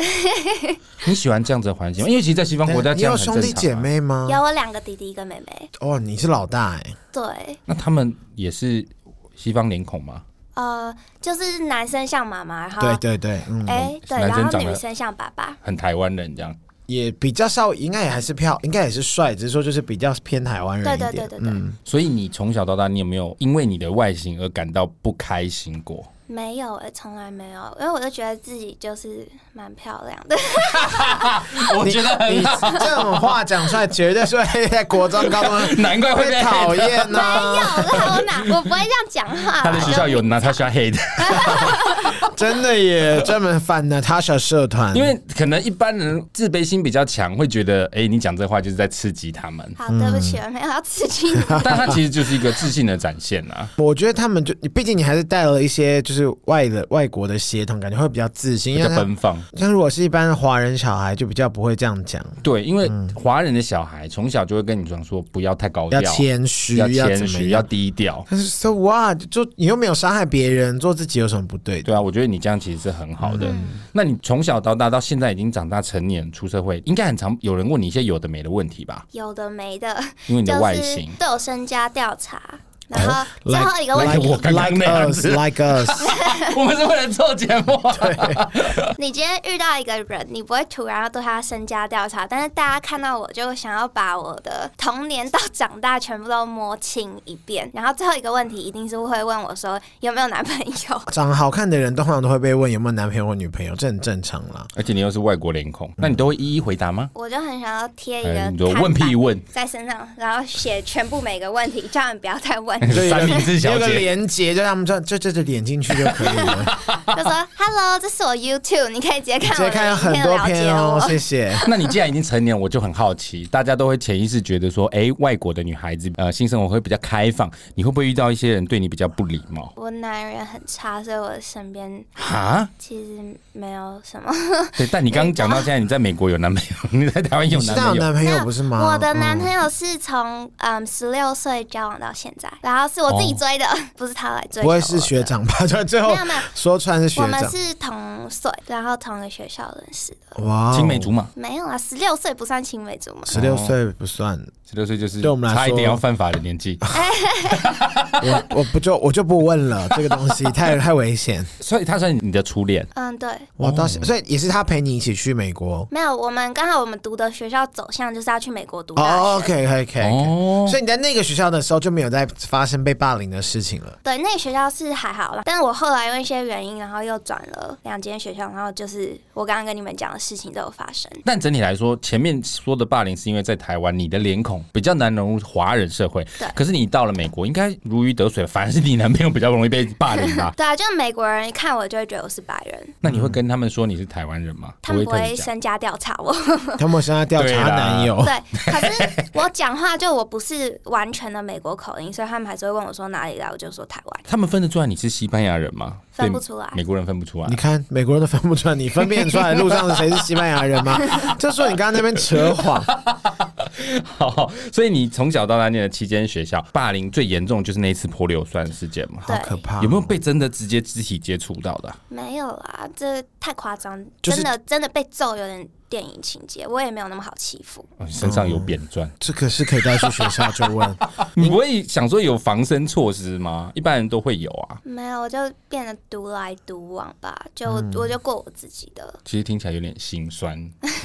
Speaker 1: 你喜欢这样子的环境吗？因为其实，在西方国家
Speaker 2: 啊你
Speaker 1: 这样
Speaker 2: 有
Speaker 1: 很正常、啊
Speaker 2: 兄弟姐，妹吗？
Speaker 3: 有我两个弟弟跟妹妹。
Speaker 2: 哦，你是老大哎、
Speaker 3: 对，
Speaker 1: 那他们也是西方脸孔吗？
Speaker 3: 呃，就是男生像妈妈，然后
Speaker 2: 对对对，嗯，
Speaker 3: 哎、对，
Speaker 1: 男生
Speaker 3: 然后
Speaker 1: 长得
Speaker 3: 女生像爸爸。
Speaker 1: 很台湾人这样。
Speaker 2: 也比较稍微，应该也还是漂，应该也是帅，只是说就是比较偏台湾人
Speaker 3: 对
Speaker 2: 一
Speaker 3: 对
Speaker 2: 点。嗯
Speaker 3: 对对对，
Speaker 1: 所以你从小到大，你有没有因为你的外形而感到不开心过？
Speaker 3: 没有哎、从来没有，因为我就觉得自己就是蛮漂亮的。
Speaker 1: 我觉得
Speaker 2: 你
Speaker 1: 很好，
Speaker 2: 这种话讲出来，绝对是会在国中、高中
Speaker 1: 难 怪会
Speaker 2: 会
Speaker 1: 被
Speaker 2: 讨。厌啊
Speaker 3: 没有
Speaker 2: 呐。
Speaker 3: 啦，我哪我不会这样讲话啦。
Speaker 1: 他的学校有 Natasha Head，
Speaker 2: 真的耶，专门反 Natasha 社团，
Speaker 1: 因为可能一般人自卑心比较强，会觉得哎、你讲这话就是在刺激他们
Speaker 3: 就。好，对不起，
Speaker 1: 嗯
Speaker 3: 我没有要刺激你。
Speaker 1: 但他其实就是一个自信的展现啊。
Speaker 2: 我觉得他们就，你毕竟你还是带了一些就是外的外国的血统，感觉会比较自信，
Speaker 1: 比
Speaker 2: 因为
Speaker 1: 较
Speaker 2: 他
Speaker 1: 奔放，
Speaker 2: 像如果是一般华人小孩，就比较不会这样讲，
Speaker 1: 对，因为华人的小孩从小就会跟你讲说，不要太高调
Speaker 2: 嗯要，谦虚，
Speaker 1: 要
Speaker 2: 怎
Speaker 1: 谦
Speaker 2: 么
Speaker 1: 虚，要
Speaker 2: 样？
Speaker 1: 低调。
Speaker 2: 但是 so what，就你又没有伤害别人，做自己有什么不对的？
Speaker 1: 对啊，我觉得你这样其实是很好的。
Speaker 2: 嗯
Speaker 1: 那你从小到大到现在已经长大成年出社会，应该很常有人问你一些有的没的问题 吧？
Speaker 3: 有的没的，
Speaker 1: 因为你
Speaker 3: 就
Speaker 1: 的外
Speaker 3: 是
Speaker 1: 形，
Speaker 3: 都有身家调查，然后最后一个问
Speaker 1: like-
Speaker 3: 题，
Speaker 1: 我刚刚那
Speaker 2: like
Speaker 1: 样
Speaker 2: us
Speaker 1: 子
Speaker 2: like us，
Speaker 1: 我们是为了做节目啊。
Speaker 3: 你今天遇到一个人，你不会突然要对他身家调查，但是大家看到我就想要把我的童年到长大全部都摸清一遍。然后最后一个问题一定是会问我说有没有男朋 友？
Speaker 2: 长得好看的人通常都会被问有没有男朋友或女朋友，这很正常啦。
Speaker 1: 而且你又是外国脸孔，那你都会一一回答吗？
Speaker 3: 我就很想要贴一
Speaker 1: 哎
Speaker 3: 个
Speaker 1: 你就
Speaker 3: 看
Speaker 1: 问屁
Speaker 3: 板
Speaker 1: 问，
Speaker 3: 在身上，然后写全部每个问题，叫你不要再 问，
Speaker 2: 就有一个
Speaker 1: 三明治小
Speaker 2: 有一个
Speaker 1: 姐
Speaker 2: 连接，就他们这这这这点进去就可以了，
Speaker 3: 就说 “Hello，这是我 YouTube，你可以直接看
Speaker 2: 直接
Speaker 3: 我
Speaker 2: 看有
Speaker 3: 的
Speaker 2: 很
Speaker 3: 影片
Speaker 2: 多
Speaker 3: 了解
Speaker 2: 篇哦，
Speaker 3: 我。
Speaker 2: 谢谢。
Speaker 1: 那你既然已经成年，我就很好奇，大家都会潜意识觉得说，哎、外国的女孩子呃性生活会比较开放，你会不会遇到一些人对你比较不礼貌”
Speaker 3: 我男人很差，所以我身边
Speaker 1: 哈，
Speaker 3: 其实没有什么。
Speaker 1: 对，但你刚刚讲到现在，你在美国有男朋友， 你在台湾有
Speaker 2: 你是
Speaker 1: 男
Speaker 2: 他有
Speaker 1: 朋友，
Speaker 2: 男朋友不是吗？
Speaker 3: 我的男朋友是从嗯十六岁交往到现在，然后是我自己追的， 不是他来
Speaker 2: 嗯
Speaker 3: 追。
Speaker 2: 不会是学，长吧？就最后
Speaker 3: 没有没有
Speaker 2: 说穿是学
Speaker 3: 我们
Speaker 2: 长，
Speaker 3: 是同岁，然后同一个学校认识的。
Speaker 2: 哇哦
Speaker 1: 青梅竹马，
Speaker 3: 没有啊，十六岁不算青梅竹马。
Speaker 2: 十六岁不算，
Speaker 1: 十六岁就是
Speaker 2: 对我们来说
Speaker 1: 差一点要犯法的年纪，
Speaker 2: 我我不就我就不问了，这个东西太太危险。
Speaker 1: 所以他算你的初恋。
Speaker 3: 嗯，对，
Speaker 2: 我到现所以也是他陪你一起去美国。
Speaker 3: 没有。我们刚好我们读的学校走向就是要去美国读大学。
Speaker 2: 哦，OK OK OK，
Speaker 1: 哦，
Speaker 2: 所以你在那个学校的时候就没有再发生被霸凌的事情了。
Speaker 3: 对，那个学校是还好啦，但是我后来因为一些原因，然后又转了两间学校，然后就是我刚刚跟你们讲的事情都有发生。
Speaker 1: 但整体来说，前面说的霸凌是因为在台湾，你的脸孔融，比较难融入华人社会。
Speaker 3: 对？
Speaker 1: 可是你到了美国，应该如鱼得水，反而是你男朋友比较容易被霸凌吧
Speaker 3: 对啊，就是美国人一看我就会觉得我是白人，
Speaker 1: 那你会跟他们说你是台湾人吗？
Speaker 3: 他们不
Speaker 1: 不会特
Speaker 3: 会
Speaker 1: 别讲。
Speaker 3: 身家调查我。
Speaker 2: 他们现在调
Speaker 1: 对啦
Speaker 2: 查男友，
Speaker 3: 对，可是我讲话就我不是完全的美国口音，所以他们还是会问我说哪里来，我就说台湾，
Speaker 1: 他们分得出来你是西班牙人吗？
Speaker 3: 分
Speaker 1: 对
Speaker 3: 不出来。
Speaker 1: 美国人分不出来
Speaker 2: 你。看美国人都分不出来，你分辨出来路上的谁是西班牙人吗？就说你刚刚那边扯谎，
Speaker 1: 好，所以你从小到大念的期间学校，霸凌最严重就是那一次泼硫酸事件嘛。
Speaker 3: 对
Speaker 2: 好可怕。
Speaker 1: 有没有被真的直接肢体接触到的啊、
Speaker 3: 没有啦，这太夸张，
Speaker 2: 就是
Speaker 3: 真的真的被揍有点电影情节，我也没有那么好欺负。
Speaker 1: 哦你身上有扁钻？
Speaker 2: 这个是可以带去学校就问，
Speaker 1: 你不会想说有防身措施吗？一般人都会有啊。
Speaker 3: 没有，我就变得独来独往吧，就、我就过我自己的。
Speaker 1: 其实听起来有点心酸。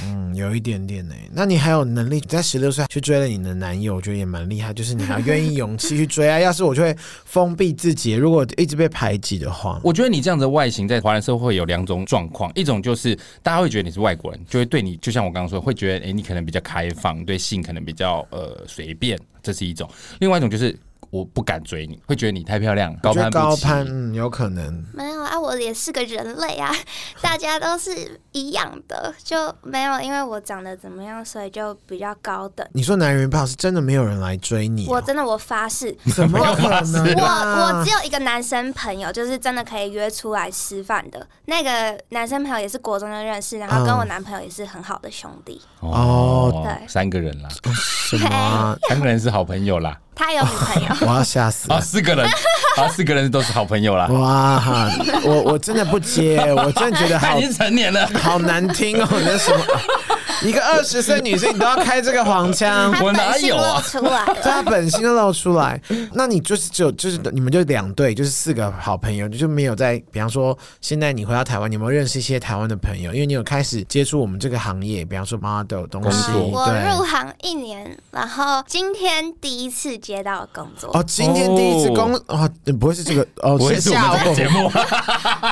Speaker 2: 嗯，有一点点呢、那你还有能力在十六岁去追了你的男友，我觉得也蛮厉害，就是你还愿意勇气去追啊。要是我就会封闭自己，如果一直被排挤的话，
Speaker 1: 我觉得你这样子的外形在华人社会有两种状况，一种就是大家会觉得你是外国人，就会对你，就像我刚刚说，会觉得诶你可能比较开放，对性可能比较呃随便，这是一种；另外一种就是我不敢追你，会觉得你太漂亮，高
Speaker 2: 我觉
Speaker 1: 攀
Speaker 2: 得
Speaker 1: 不
Speaker 2: 高
Speaker 1: 起。
Speaker 2: 攀，嗯，有可能。
Speaker 3: 没有啊，我也是个人类啊， 大家都是一样的，就没有因为我长得怎么样，所以就比较高等。
Speaker 2: 你说男人不好，是真的没有人来追你、
Speaker 3: 我
Speaker 2: 啊？
Speaker 3: 真的，我发誓，
Speaker 2: 怎么可能、
Speaker 3: 我
Speaker 2: 啊？
Speaker 3: 我只有一个男生朋友，就是真的可以约出来吃饭的那个男生朋友，也是国中就认识，然后跟我男朋友也是很好的兄弟。
Speaker 2: 哦
Speaker 3: 对
Speaker 1: 三个人啦，
Speaker 2: 什么啊、
Speaker 1: 三个人是好朋友 啦，
Speaker 3: 他有女朋友，
Speaker 2: 我要吓死
Speaker 1: 啊，四个人，啊，四个人都是好朋友啦。
Speaker 2: 哇，我我真的不接，我真的觉得
Speaker 1: 他
Speaker 2: 好
Speaker 1: 已经成年了，
Speaker 2: 好难听哦，那什么，一个二十岁女性你都要开这个黄腔。
Speaker 3: 他
Speaker 1: 我哪
Speaker 3: 本性
Speaker 1: 有啊
Speaker 3: 露出来
Speaker 2: 这
Speaker 3: 了。
Speaker 2: 他本性都露出来， 那你就是只有就是你们就两队，就是四个好朋友，就没有在比方说现在你回到台湾，你有没有认识一些台湾的朋友？因为你有开始接触我们这个行业，比方说 model 东西，
Speaker 1: 工作
Speaker 3: 我入
Speaker 2: 对。
Speaker 3: 行一年，然后今天第一次接到工作，
Speaker 2: 哦，今天第一次工哦，不会是这个哦，
Speaker 1: 不会是我
Speaker 2: 下
Speaker 1: 们的
Speaker 2: 午
Speaker 1: 节目。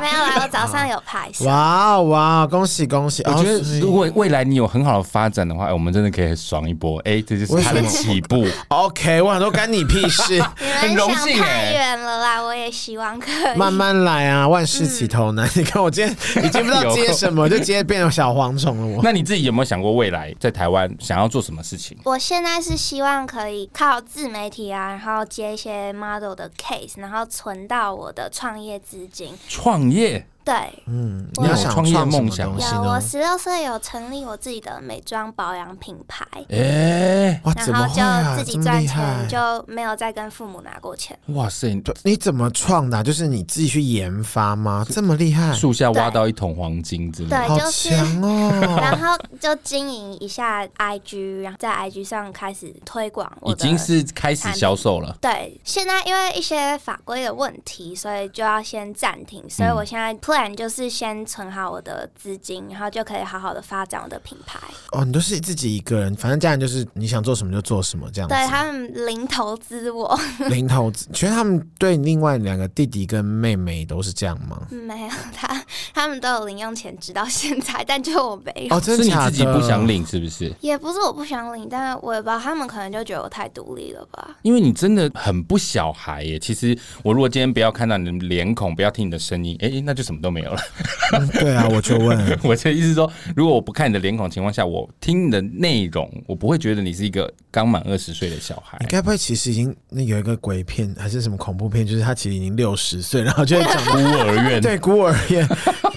Speaker 3: 没有啦，我早上有拍摄。
Speaker 2: 哇哦哇哦，恭喜恭喜！
Speaker 1: 我
Speaker 2: 哦
Speaker 1: 觉得
Speaker 2: 所以
Speaker 1: 如果未来你有很好的发展的话，哎我们真的可以爽一波。哎，这就是他的起步。
Speaker 2: OK，我想说干你屁 事，
Speaker 3: 你
Speaker 1: 很
Speaker 3: 们
Speaker 1: 荣
Speaker 3: 想
Speaker 1: 幸
Speaker 3: 太
Speaker 1: 欸
Speaker 3: 远了啦，我也希望可以。
Speaker 2: 慢慢来啊，万事起头难。你看我今天已经不知道接 什么，就直接变成小蝗虫了我。
Speaker 1: 那你自己有没有想过未来在台湾想要做什么事情？
Speaker 3: 我现在是希望可以靠自媒体啊，然后接一些 model 的 case，然后存到我的创业资金。
Speaker 1: 创业？
Speaker 3: 对，
Speaker 2: 嗯，
Speaker 3: 我
Speaker 2: 你要想
Speaker 1: 创业
Speaker 2: 创什么
Speaker 1: 梦想
Speaker 2: 东西
Speaker 3: 有我
Speaker 2: 呢？
Speaker 3: 十六岁有成立我自己的美妆保养品牌，
Speaker 1: 哎，
Speaker 2: 哇，怎
Speaker 3: 然
Speaker 2: 么
Speaker 3: 后
Speaker 2: 会啊？
Speaker 3: 就自己
Speaker 2: 这么
Speaker 3: 赚
Speaker 2: 厉
Speaker 3: 钱，
Speaker 2: 害！
Speaker 3: 就没有再跟父母拿过钱。
Speaker 1: 哇塞！
Speaker 2: 你怎么创的啊？就是你自己去研发吗？这么厉害，
Speaker 1: 树下挖到一桶黄金之类的。
Speaker 3: 对，
Speaker 2: 好
Speaker 3: 就是。
Speaker 2: 强哦！
Speaker 3: 然后就经营一下 IG，然后在 IG 上开始推广我
Speaker 1: 已
Speaker 3: 的。
Speaker 1: 经是开始销售了。
Speaker 3: 对，现在因为一些法规的问题，所以就要先暂停。所以我现
Speaker 1: 嗯
Speaker 3: 在 plan 就是先存好我的资金，然后就可以好好的发展我的品牌。
Speaker 2: 哦，你都是自己一个人，反正家人就是你想做什么就做什么这样
Speaker 3: 对
Speaker 2: 子。
Speaker 3: 他们零投资 我，
Speaker 2: 零头子，其实他们对另外两个弟弟跟妹妹都是这样 吗？
Speaker 3: 没有他，他们都有零用钱，直到现在，但就我没有。
Speaker 2: 哦，真
Speaker 1: 是
Speaker 2: 的
Speaker 1: 你
Speaker 2: 假
Speaker 1: 自
Speaker 2: 的？
Speaker 1: 己不想领是不是？
Speaker 3: 也不是我不想领，但我也不知道他们可能就觉得我太独立了吧。
Speaker 1: 因为你真的很不小孩耶。其实我如果今天不要看到你的脸孔，不要听你的声音，哎、那就什么都没有了。
Speaker 2: 嗯 对啊，我就 问，
Speaker 1: 我的意思是说，如果我不看你的脸孔的情况下，我听你的内容，我不会觉得你是一个刚满二十岁的小孩
Speaker 2: 你。该不会其实已经那有一个鬼片还是什么恐怖片，就是他其实已经六十岁，然后就 会长
Speaker 1: 孤儿院，
Speaker 2: 对啊孤儿院，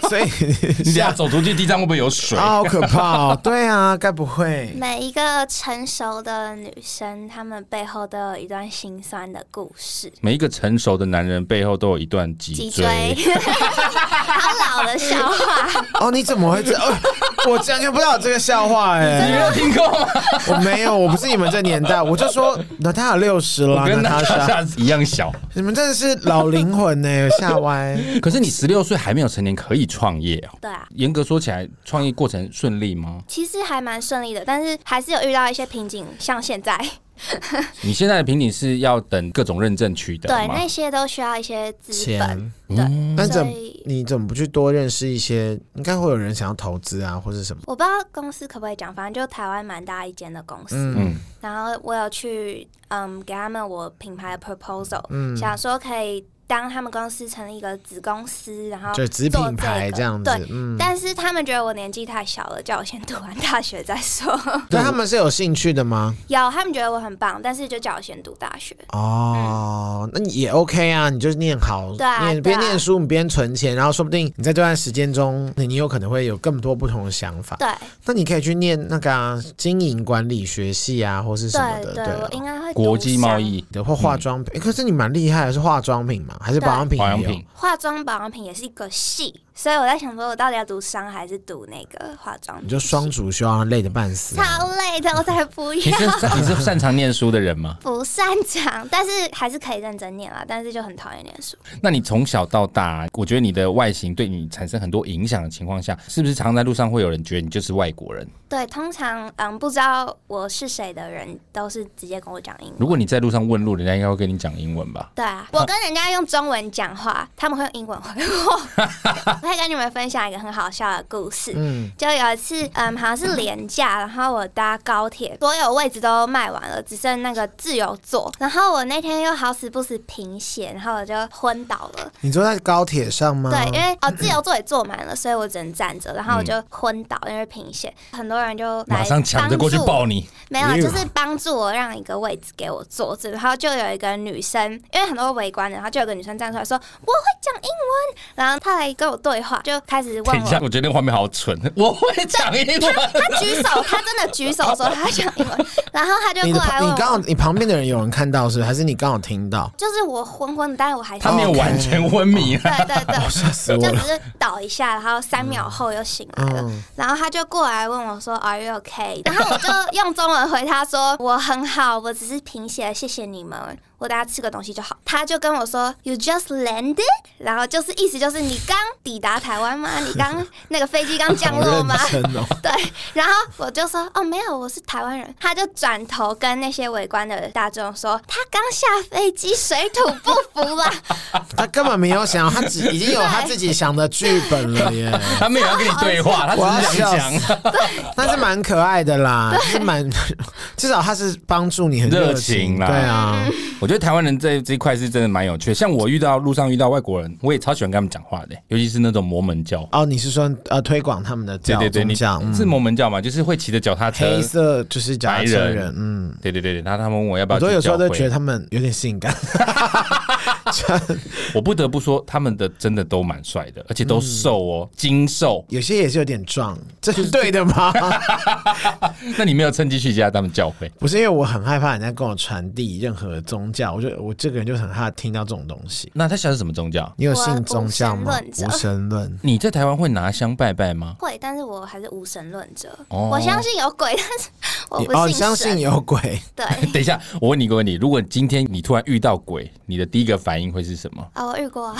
Speaker 2: 所以
Speaker 1: 你等下走出去，地上会不会有水？
Speaker 2: 啊好可怕哦！对啊，该不
Speaker 1: 嗯
Speaker 2: 会
Speaker 3: 每一个成熟的女生，她们背后都有一段心酸的故事。
Speaker 1: 每一个成熟的男人背后都有一段
Speaker 3: 脊
Speaker 1: 脊
Speaker 3: 椎
Speaker 1: 椎。，
Speaker 3: 好老的笑 话。
Speaker 2: 哦？你怎么会这？哦、我完全不知道有这个笑话
Speaker 1: 你没
Speaker 2: 哎、
Speaker 1: 有听过吗？
Speaker 2: 我没有，我不是你们这年代，我就说娜塔有六十 了，
Speaker 1: 我跟他
Speaker 2: 娜塔莎，
Speaker 1: 下一样 小。
Speaker 2: 你们真的是老灵魂呢、吓歪。
Speaker 3: 嗯
Speaker 1: 可是你十六岁还没有成年，可以创业哦。
Speaker 3: 对啊，
Speaker 1: 严格说起来，创业过程顺利吗？
Speaker 3: 其实还蛮顺利的，但是还是有遇到一些瓶颈，像现在。
Speaker 1: 你现在的瓶颈是要等各种认证取
Speaker 2: 啊
Speaker 1: 得
Speaker 3: 对，
Speaker 1: 吗？
Speaker 3: 那些都需要一些资本。
Speaker 2: 钱。
Speaker 3: 对，
Speaker 1: 嗯
Speaker 2: 那怎
Speaker 3: 所
Speaker 2: 么
Speaker 3: 以
Speaker 2: 你怎么不去多认识一些？应该会有人想要投资啊，或是什么？
Speaker 3: 我不知道公司可不可以讲，反正就台湾蛮大一间的公司。
Speaker 2: 嗯
Speaker 1: 嗯，
Speaker 3: 然后我有去嗯给他们我品牌的 proposal，、想
Speaker 2: 嗯
Speaker 3: 说可以当他们公司成立一个子公司，然后
Speaker 2: 就子
Speaker 3: 啊做
Speaker 2: 品牌
Speaker 3: 这个
Speaker 2: 这样子
Speaker 3: 对。
Speaker 2: 嗯，
Speaker 3: 但是他们觉得我年纪太小了，叫我先读完大学再说。
Speaker 2: 对他们是有兴趣的吗？
Speaker 3: 有，他们觉得我很棒，但是就叫我先读大学。
Speaker 2: 哦，那你也 OK 啊，你就是念好，
Speaker 3: 嗯对啊
Speaker 2: 念
Speaker 3: 对啊
Speaker 2: 边念书，你边存钱，然后说不定你在这段时间中，你你有可能会有更多不同的想法。
Speaker 3: 对
Speaker 2: 那你可以去念那个啊、经营管理学系啊，或是什么的，对
Speaker 3: 对对，我嗯
Speaker 2: 啊
Speaker 3: 应该会
Speaker 1: 国
Speaker 3: 读
Speaker 1: 际贸
Speaker 3: 商
Speaker 1: 易
Speaker 2: 对，或化妆品、诶可是你蛮厉害的，是化妆品嘛，还是嗯保养品？
Speaker 1: 保养品。，
Speaker 3: 化妆保养品也是一个系，所以我在想说，我到底要读商还是读那个化妆
Speaker 2: 你
Speaker 3: 品？
Speaker 2: 就双主修啊，累得半死、啊。
Speaker 3: 超累的，我才不
Speaker 1: 你
Speaker 3: 要。
Speaker 1: 是你是擅长念书的人吗？
Speaker 3: 不擅长，但是还是可以认真念啦，但是就很讨厌念书。
Speaker 1: 那你从小到大，我觉得你的外形对你产生很多影响的情况下，是不是常在路上会有人觉得你就是外国人？
Speaker 3: 对，通常嗯不知道我是谁的人都是直接跟我讲英
Speaker 1: 如
Speaker 3: 文。
Speaker 1: 果你在路上问路，人家应该会跟你讲英文吧？
Speaker 3: 对啊，我跟人家用中文讲话，他们会用英文回我。我可以跟你们分享一个很好笑的故事。
Speaker 2: 嗯，
Speaker 3: 就有一次，嗯，好像是廉价，然后我搭高铁，所有位置都卖完了，只剩那个自由座。然后我那天又好死不死贫血，然后我就昏倒了。
Speaker 2: 你坐在高铁上
Speaker 1: 嗯
Speaker 2: 吗？
Speaker 3: 对，因为哦自由座也坐满了，所以我只能站着，然后我就昏倒，因为贫血。很多人就来
Speaker 1: 嗯马上抢着过去
Speaker 3: 帮助
Speaker 1: 抱你，
Speaker 3: 没有，
Speaker 2: 哎呦
Speaker 3: 就是帮助我让一个位置给我坐着，然后就有一个女生，因为很多围观的，然后就有个女生站出来说我会讲英文，然后她来跟我对话，就开始问
Speaker 1: 等一
Speaker 3: 我
Speaker 1: 下，我觉得那个画面好蠢。 我会讲英文，
Speaker 3: 他举手，他真的举手说他讲 英文，然后他就
Speaker 2: 你的
Speaker 3: 过来
Speaker 2: 你
Speaker 3: 问
Speaker 2: 刚好
Speaker 3: 我，
Speaker 2: 你旁边的人有人看到是不是还是你刚好听到？
Speaker 3: 就是我昏昏的，但是我还是
Speaker 1: 他没有完全昏迷 啊。
Speaker 3: 对对
Speaker 2: 吓死
Speaker 3: 对，
Speaker 2: 我
Speaker 3: 就
Speaker 2: 了
Speaker 3: 只是倒一下，然后三秒后又醒来了，
Speaker 2: 嗯
Speaker 3: 然后他就过来问我说 Are you okay？然后我就用中文回他说我很好，我只是贫血，谢谢你们，我大家吃个东西就好。他就跟我说 You just landed，然后就是意思就是你刚抵达台湾吗？你刚那个飞机刚降
Speaker 2: 好
Speaker 3: 落
Speaker 2: 认
Speaker 3: 吗？
Speaker 2: 真哦，
Speaker 3: 对，然后我就说哦，没有，我是台湾人。他就转头跟那些围观的大众说，他刚下飞机，水土不 服了。
Speaker 2: 他根本没有想，他只已经有他自己想的剧本了耶。
Speaker 1: 他没有要跟你对话，他
Speaker 2: 我要
Speaker 1: 只是想
Speaker 2: 笑
Speaker 1: 讲。
Speaker 2: 但是蛮可爱的啦，就是蛮 至少他是帮助你很
Speaker 1: 热
Speaker 2: 情
Speaker 1: 情啦
Speaker 2: 对啊，
Speaker 1: 我觉得台湾人这这一块是真的蛮有趣的。像我遇到路上遇到外国人，我也超喜欢跟他们讲话的，尤其是那种摩门教。
Speaker 2: 哦，你是说呃推广他们的
Speaker 1: 对
Speaker 2: 教
Speaker 1: 对对，
Speaker 2: 宗
Speaker 1: 你
Speaker 2: 教？嗯
Speaker 1: 是摩门教嘛？就是会骑着脚踏车。
Speaker 2: 黑色就是脚踏
Speaker 1: 白
Speaker 2: 车人
Speaker 1: 人，
Speaker 2: 嗯，
Speaker 1: 对对对对，然后他们问我要不要
Speaker 2: 我
Speaker 1: 去
Speaker 2: 都有时候
Speaker 1: 教
Speaker 2: 都觉得
Speaker 1: 会，
Speaker 2: 他们有点性感，
Speaker 1: 我不得不说他们的真的都蛮帅的，而且都瘦
Speaker 2: 嗯
Speaker 1: 哦，精瘦。
Speaker 2: 有些也是有点壮，这是对的吗？
Speaker 1: 那你没有趁机去加他们教会？
Speaker 2: 不是因为我很害怕人家跟我传递任何宗教，我就我这个人就很害怕听到这种东西。
Speaker 1: 那他信的是什么宗教？
Speaker 2: 你有
Speaker 3: 我
Speaker 2: 信宗教吗？
Speaker 3: 无神
Speaker 2: 无
Speaker 3: 论者
Speaker 2: 神论，
Speaker 1: 你在台湾会拿香拜拜吗？
Speaker 3: 会，但是我还是无神论者，
Speaker 1: 哦
Speaker 3: 我相信有鬼，但是我
Speaker 2: 你
Speaker 3: 不
Speaker 2: 哦，你
Speaker 3: 信神。
Speaker 2: 相信有鬼？
Speaker 3: 对。？
Speaker 1: 等一下，我问你一个问题：如果今天你突然遇到鬼，你的第一个反应会是什么
Speaker 3: 啊、我遇过、啊，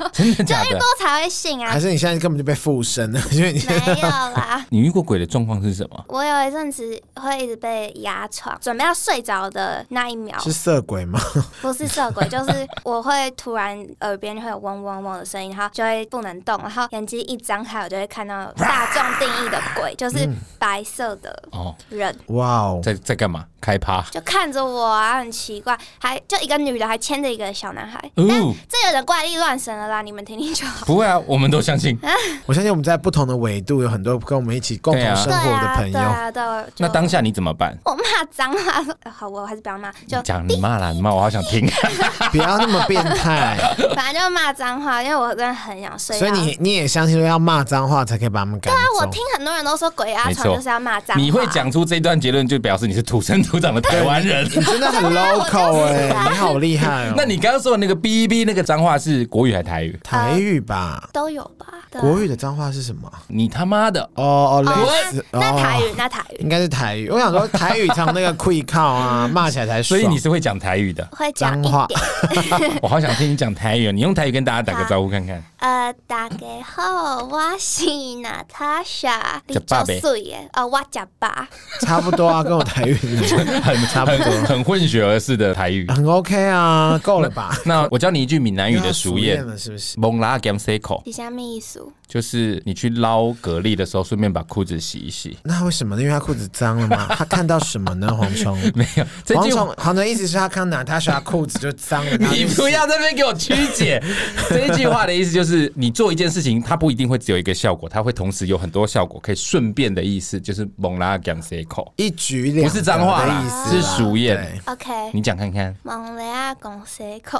Speaker 1: 哦真的假
Speaker 3: 遇
Speaker 1: 的
Speaker 3: 过？才会信 啊
Speaker 2: 还，是你现在根本就被附身了？ 因为你
Speaker 3: 没有啦。
Speaker 1: 你遇过鬼的状况是什么？
Speaker 3: 我有一阵子会一直被压床，准备要睡着的那一秒，
Speaker 2: 是色鬼吗？
Speaker 3: 不是色鬼， 就是我会突然耳边就会有嗡嗡嗡的声音，然后就会不能动，然后眼睛一张开，我就会看到大众定义的鬼，就是白色的
Speaker 1: 哦，
Speaker 3: 人，
Speaker 2: 哇哦！
Speaker 1: 在在干嘛？开趴？
Speaker 3: 就看着我啊，很奇怪，还就一个女的还牵着一个小男孩，
Speaker 1: 哦，
Speaker 3: 这有点怪力乱神了啦，你们听听就好。
Speaker 1: 不会 啊，我们都相信。
Speaker 2: 我相信我们在不同的纬度有很多跟我们一起共同生
Speaker 3: 对
Speaker 2: 活的
Speaker 3: 啊，
Speaker 2: 朋
Speaker 3: 对
Speaker 2: 友。
Speaker 3: 啊，对啊，
Speaker 1: 那
Speaker 3: 就
Speaker 1: 当下你怎么办？
Speaker 3: 我骂脏话说，呃好，我还是不要骂， 就
Speaker 1: 讲你骂 啦，你骂，我好想听。
Speaker 3: 啊
Speaker 2: 不要那么变态。
Speaker 3: 反正就骂脏话，因为我真的很想睡觉。
Speaker 2: 所以你你也相信说要骂脏话才可以把他们赶
Speaker 3: 那
Speaker 2: 走。
Speaker 3: 啊我听很多人都说鬼压
Speaker 1: 没
Speaker 3: 床
Speaker 1: 错
Speaker 3: 就是要骂脏话，
Speaker 1: 你会讲出这段结论，就表示你是土生土长的台湾人。
Speaker 2: 你真的很 local 哎、
Speaker 3: 啊
Speaker 2: 你好厉害哦。
Speaker 1: 那
Speaker 3: 呃
Speaker 1: 你刚刚说的那个哔哔那个脏话是国语还台语？
Speaker 2: 台语吧，
Speaker 3: 都有吧？对啊
Speaker 2: 国语的脏话是什么？
Speaker 1: 你他妈的！
Speaker 2: 哦哦，类
Speaker 3: 那
Speaker 2: 似
Speaker 3: 那台
Speaker 2: 哦，
Speaker 3: 语，那台语，
Speaker 2: 应该是台语。我想说台语唱那个 quick 靠啊，骂起来才
Speaker 1: 所
Speaker 2: 爽。
Speaker 1: 以你是会讲台语的
Speaker 3: 会讲一
Speaker 2: 脏话
Speaker 3: 点。
Speaker 1: 我好想听你讲台语哦。你用台语跟大家打个招呼看看。
Speaker 3: 呃，大家好，我是娜塔莎，你
Speaker 1: 吃饱
Speaker 3: 九
Speaker 1: 没
Speaker 3: 岁耶，呃，我假爸，
Speaker 2: 差不多啊，跟我台语一样
Speaker 1: 很
Speaker 2: 差不多
Speaker 1: 很很混血儿式的台语。
Speaker 2: 很 OK 啊，够了吧？
Speaker 1: 那我教你一句闽南语的
Speaker 2: 熟
Speaker 1: 俗谚
Speaker 2: 了是不是？
Speaker 1: 蒙拉 g a m s e c o
Speaker 3: 底下秘书，
Speaker 1: 就是你去捞蛤蜊的时候，顺便把裤子洗一洗。
Speaker 2: 那为什么呢？因为他裤子脏了吗？他看到什么呢？蝗虫，
Speaker 1: 没有，这
Speaker 2: 蝗
Speaker 1: 句话
Speaker 2: 虫，好的意思是他看到他说他裤子就脏了，
Speaker 1: 你不要在那边给我曲 解。这一句话的意思就是，你做一件事情，它不一定会只有一个效果，它会同时有很多效果，可以顺便的意思就是蒙拉 g a m s e c o
Speaker 2: 一举两
Speaker 1: 不是脏话
Speaker 2: 得的
Speaker 1: 啦
Speaker 2: 意思
Speaker 1: 是
Speaker 2: 啦
Speaker 1: 俗谚
Speaker 2: 对
Speaker 3: OK，
Speaker 1: 你讲看看，
Speaker 3: 蒙雷亚公司口，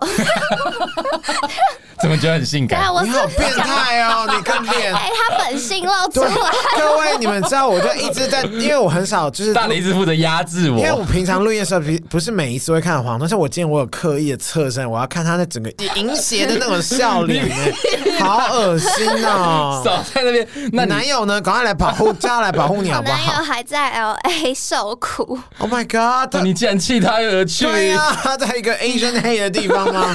Speaker 1: 怎么觉得很性
Speaker 3: 对啊，
Speaker 1: 感？
Speaker 3: 我
Speaker 2: 你
Speaker 3: 是
Speaker 2: 好变态哦，你看脸。
Speaker 3: 哎，他本性露出
Speaker 2: 对
Speaker 3: 来，，
Speaker 2: 各位，你们知道，我就一直在，因为我很少就是
Speaker 1: 大雷一直负责压制
Speaker 2: 因为我
Speaker 1: 我，
Speaker 2: 平常录音的时候，不不是每一次会看黄，但是我今天我有刻意的侧身，我要看他的整个淫邪的那种笑 脸，欸好恶心哦！
Speaker 1: 少在那边。那
Speaker 2: 你男
Speaker 1: 你
Speaker 2: 友呢？赶快来保护，叫他来保护你好
Speaker 3: 我
Speaker 2: 不
Speaker 3: 男友
Speaker 2: 好
Speaker 3: 还在 LA 受苦，
Speaker 2: ？Oh my god！他
Speaker 1: 你竟然弃他而去，
Speaker 2: 对啊呀、他在一个 Asian hate 的地方 吗？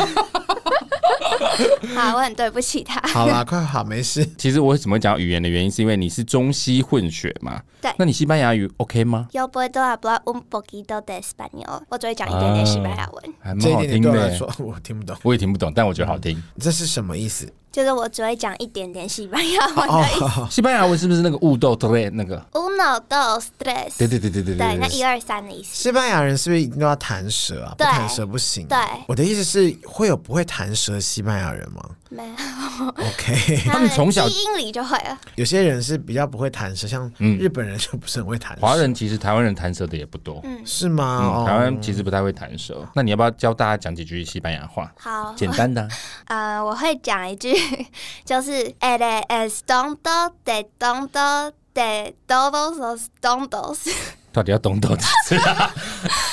Speaker 3: 好，我很对不起他。
Speaker 2: 好啦，快好，没事。
Speaker 1: 其实我为什么会讲语言的原因，是因为你是中西混血嘛。
Speaker 3: 对
Speaker 1: 那你西班牙语 OK 吗？
Speaker 3: Yo puedo hablar un poquito de español，我只会讲一点点西班牙文，
Speaker 1: 还
Speaker 2: 这
Speaker 1: 蛮
Speaker 2: 一
Speaker 1: 好
Speaker 2: 点你
Speaker 1: 听
Speaker 2: 对我来
Speaker 1: 的。
Speaker 2: 说，嗯我听不懂，
Speaker 1: 我也听不懂，但我觉得好听。
Speaker 2: 这是什么意思？
Speaker 3: 就是我只会讲一点点西班牙文
Speaker 1: 哦
Speaker 2: 哦
Speaker 3: 的意思。
Speaker 1: 西班牙文是不是那个雾豆 tre 那个？
Speaker 3: Uno dos tres，
Speaker 1: 对对对对对
Speaker 3: 对，那一二三的意思。
Speaker 2: 西班牙人是不是一定都要弹舌啊？不
Speaker 3: 对
Speaker 2: 弹舌不行。
Speaker 3: 对
Speaker 2: 我的意思是，会有不会弹舌的西班牙人吗
Speaker 3: 没有，嗯
Speaker 2: ？OK。
Speaker 1: 他们从小
Speaker 3: 基因里就会了。
Speaker 2: 有些人是比较不会弹舌，像日本人就不是很会弹舌，
Speaker 1: 嗯华人其实台湾人弹舌的也不多，
Speaker 2: 是吗？
Speaker 1: 嗯，
Speaker 2: 哦
Speaker 1: 台湾其实不太会弹舌。那你要不要教大家讲几句西班牙话？
Speaker 3: 好，
Speaker 1: 简单的啊、
Speaker 3: 呃，我会讲一句， 就是哎 eres tonto de tonto de todos los tontos，
Speaker 1: 到底要懂懂几次啊？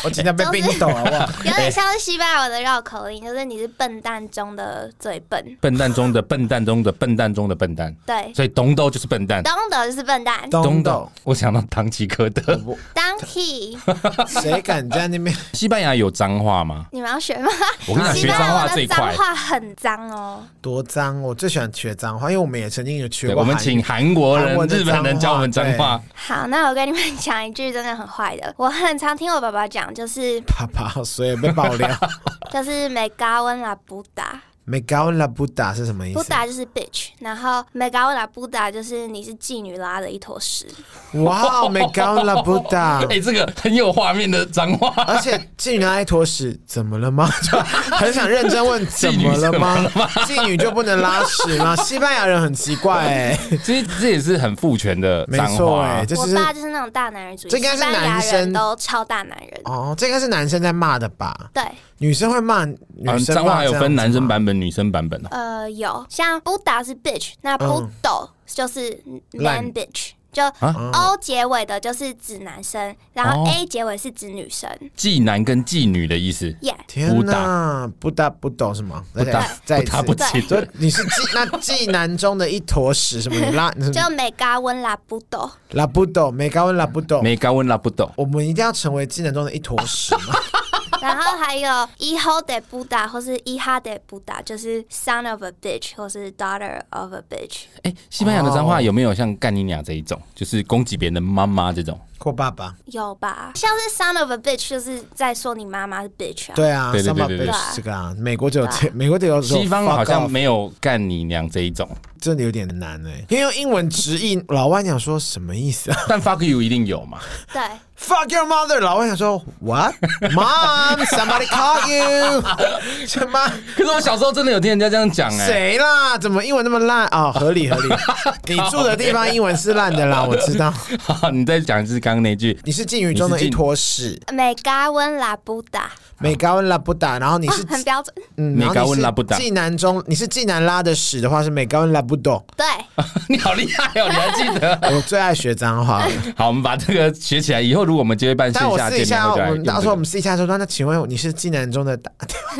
Speaker 2: 我今天被冰冻了 哇！
Speaker 3: 有点像是西班牙文的绕口令，就是你是笨蛋中的最笨。
Speaker 1: 笨蛋中的笨蛋中的笨蛋中的笨蛋，
Speaker 3: 对，
Speaker 1: 所以懂懂就是笨蛋。
Speaker 3: 东的就是笨蛋，
Speaker 2: 东
Speaker 1: 懂
Speaker 2: 斗，，
Speaker 1: 我想到唐吉诃
Speaker 2: 哦
Speaker 1: 德。
Speaker 3: 当 key，
Speaker 2: 谁敢在那边？
Speaker 1: 西班牙有脏话吗？
Speaker 3: 你们要学吗？
Speaker 1: 我跟你讲，
Speaker 3: 西
Speaker 1: 学
Speaker 3: 班
Speaker 1: 脏
Speaker 3: 牙
Speaker 1: 话
Speaker 3: 文
Speaker 1: 最
Speaker 3: 的脏
Speaker 1: 快。
Speaker 3: 话很脏哦。
Speaker 2: 多脏！我最喜欢学脏话，因为我们也曾经有学
Speaker 1: 对，
Speaker 2: 过
Speaker 1: 我
Speaker 2: 韩语。
Speaker 1: 们请韩国人
Speaker 2: 韩文、的
Speaker 1: 日本人教我们
Speaker 2: 脏
Speaker 1: 脏
Speaker 2: 话
Speaker 1: 话。
Speaker 3: 好，那我跟你们讲一句真的很坏的，我很常听我爸爸讲，就是
Speaker 2: 爸爸，所以被爆 料。
Speaker 3: 就是没高温啦不打，
Speaker 2: 没搞啦不打是什么意
Speaker 3: 不
Speaker 2: 思？
Speaker 3: 打就是 bitch，然后没高温啦不打就是你是妓女拉的一坨屎。
Speaker 2: 哇，没搞啦不打
Speaker 1: 哎、。这个很有画面的脏话。
Speaker 2: 而且妓女拉一坨屎，怎么了吗？ 就很想认真问，怎么了吗？妓女就不能拉屎 吗？西班牙人很奇怪哎、
Speaker 1: 其实这也是很父权的
Speaker 2: 没
Speaker 1: 脏
Speaker 2: 错
Speaker 1: 话啊、
Speaker 2: 哎、这
Speaker 3: 我
Speaker 2: 是
Speaker 3: 爸就是那种大男人主义，
Speaker 2: 这应该是
Speaker 3: 西班牙
Speaker 2: 男生
Speaker 3: 人都超大男人。
Speaker 2: 哦，这应该是男生在骂的吧？
Speaker 3: 对，
Speaker 2: 女生会骂女
Speaker 1: 嗯
Speaker 2: 生，
Speaker 1: 脏话还有分男生。版本、女生版本哦。
Speaker 3: 呃，有像不打是 bitch，那不斗就是
Speaker 2: 烂
Speaker 3: man bitch。就
Speaker 1: 啊
Speaker 3: O 结尾的就是指男生，然后
Speaker 1: 哦
Speaker 3: A 结尾是指女生。
Speaker 1: 妓男跟妓女的意思，
Speaker 3: 耶、
Speaker 2: 天哪，不打不懂什么？
Speaker 1: 不搭
Speaker 2: 再
Speaker 1: 不
Speaker 2: 一
Speaker 1: 搭
Speaker 2: 次
Speaker 1: 不起。
Speaker 2: 所以你是技那技男中的一坨屎，什么你 拉
Speaker 3: 就没高温啦不斗。
Speaker 2: 拉不懂，没高温拉不懂。
Speaker 1: 没高温拉不懂。
Speaker 2: 我们一定要成为技能中的一坨屎吗？
Speaker 3: 然后还有 e h o de Buddha 或是 e ha de Buddha，就是 son of a bitch 或是 daughter of a bitch。
Speaker 1: 哎、西班牙的脏
Speaker 2: 哦
Speaker 1: 话有没有像干你娘这一种，就是攻击别人的妈妈这种？
Speaker 2: 或爸爸？
Speaker 3: 有吧？像是 son of a bitch，就是在说你妈妈是 bitch 啊。
Speaker 2: 对啊，
Speaker 1: 对对
Speaker 2: 三八
Speaker 1: 对对
Speaker 2: 杯
Speaker 1: 对
Speaker 2: 是这个啊，美国只有这，美国只有这种
Speaker 1: 西方好
Speaker 2: fuck
Speaker 1: 像
Speaker 2: off，
Speaker 1: 没有干你娘这一种，
Speaker 2: 真的有点难哎、因为用英文直译，老外想说什么意思啊
Speaker 1: 但 fuck you 一定有嘛？
Speaker 3: 对，
Speaker 2: ？Fuck your mother，老外想说 What mom，somebody call you，什 么？
Speaker 1: 可是我小时候真的有听人家这样讲哎、
Speaker 2: 谁啦？怎么英文那么烂啊、哦合理合理，你住的地方英文是烂的啦，我知道。
Speaker 1: 你再讲一次刚刚那句，
Speaker 2: 你是禁语中的一坨屎，
Speaker 3: 美嘎温啦 Buddha，
Speaker 2: 美高温拉布达，然后你是、
Speaker 3: 啊很标准。
Speaker 2: 嗯，
Speaker 1: 美高温拉布达
Speaker 2: 技南中你是技南拉的屎的话是美高温拉 布多。
Speaker 3: 对，
Speaker 1: 你好厉害哦，你还记得？
Speaker 2: 我最爱学脏话了，
Speaker 1: 好，我们把这个学起来，以后如果我们机会办线
Speaker 2: 但我
Speaker 1: 下
Speaker 2: 试一
Speaker 1: 见面
Speaker 2: 下，
Speaker 1: 会，
Speaker 2: 我
Speaker 1: 就来
Speaker 2: 们
Speaker 1: 用这
Speaker 2: 到时候我
Speaker 1: 个。
Speaker 2: 们试一下说，那那请问你是技南中的打？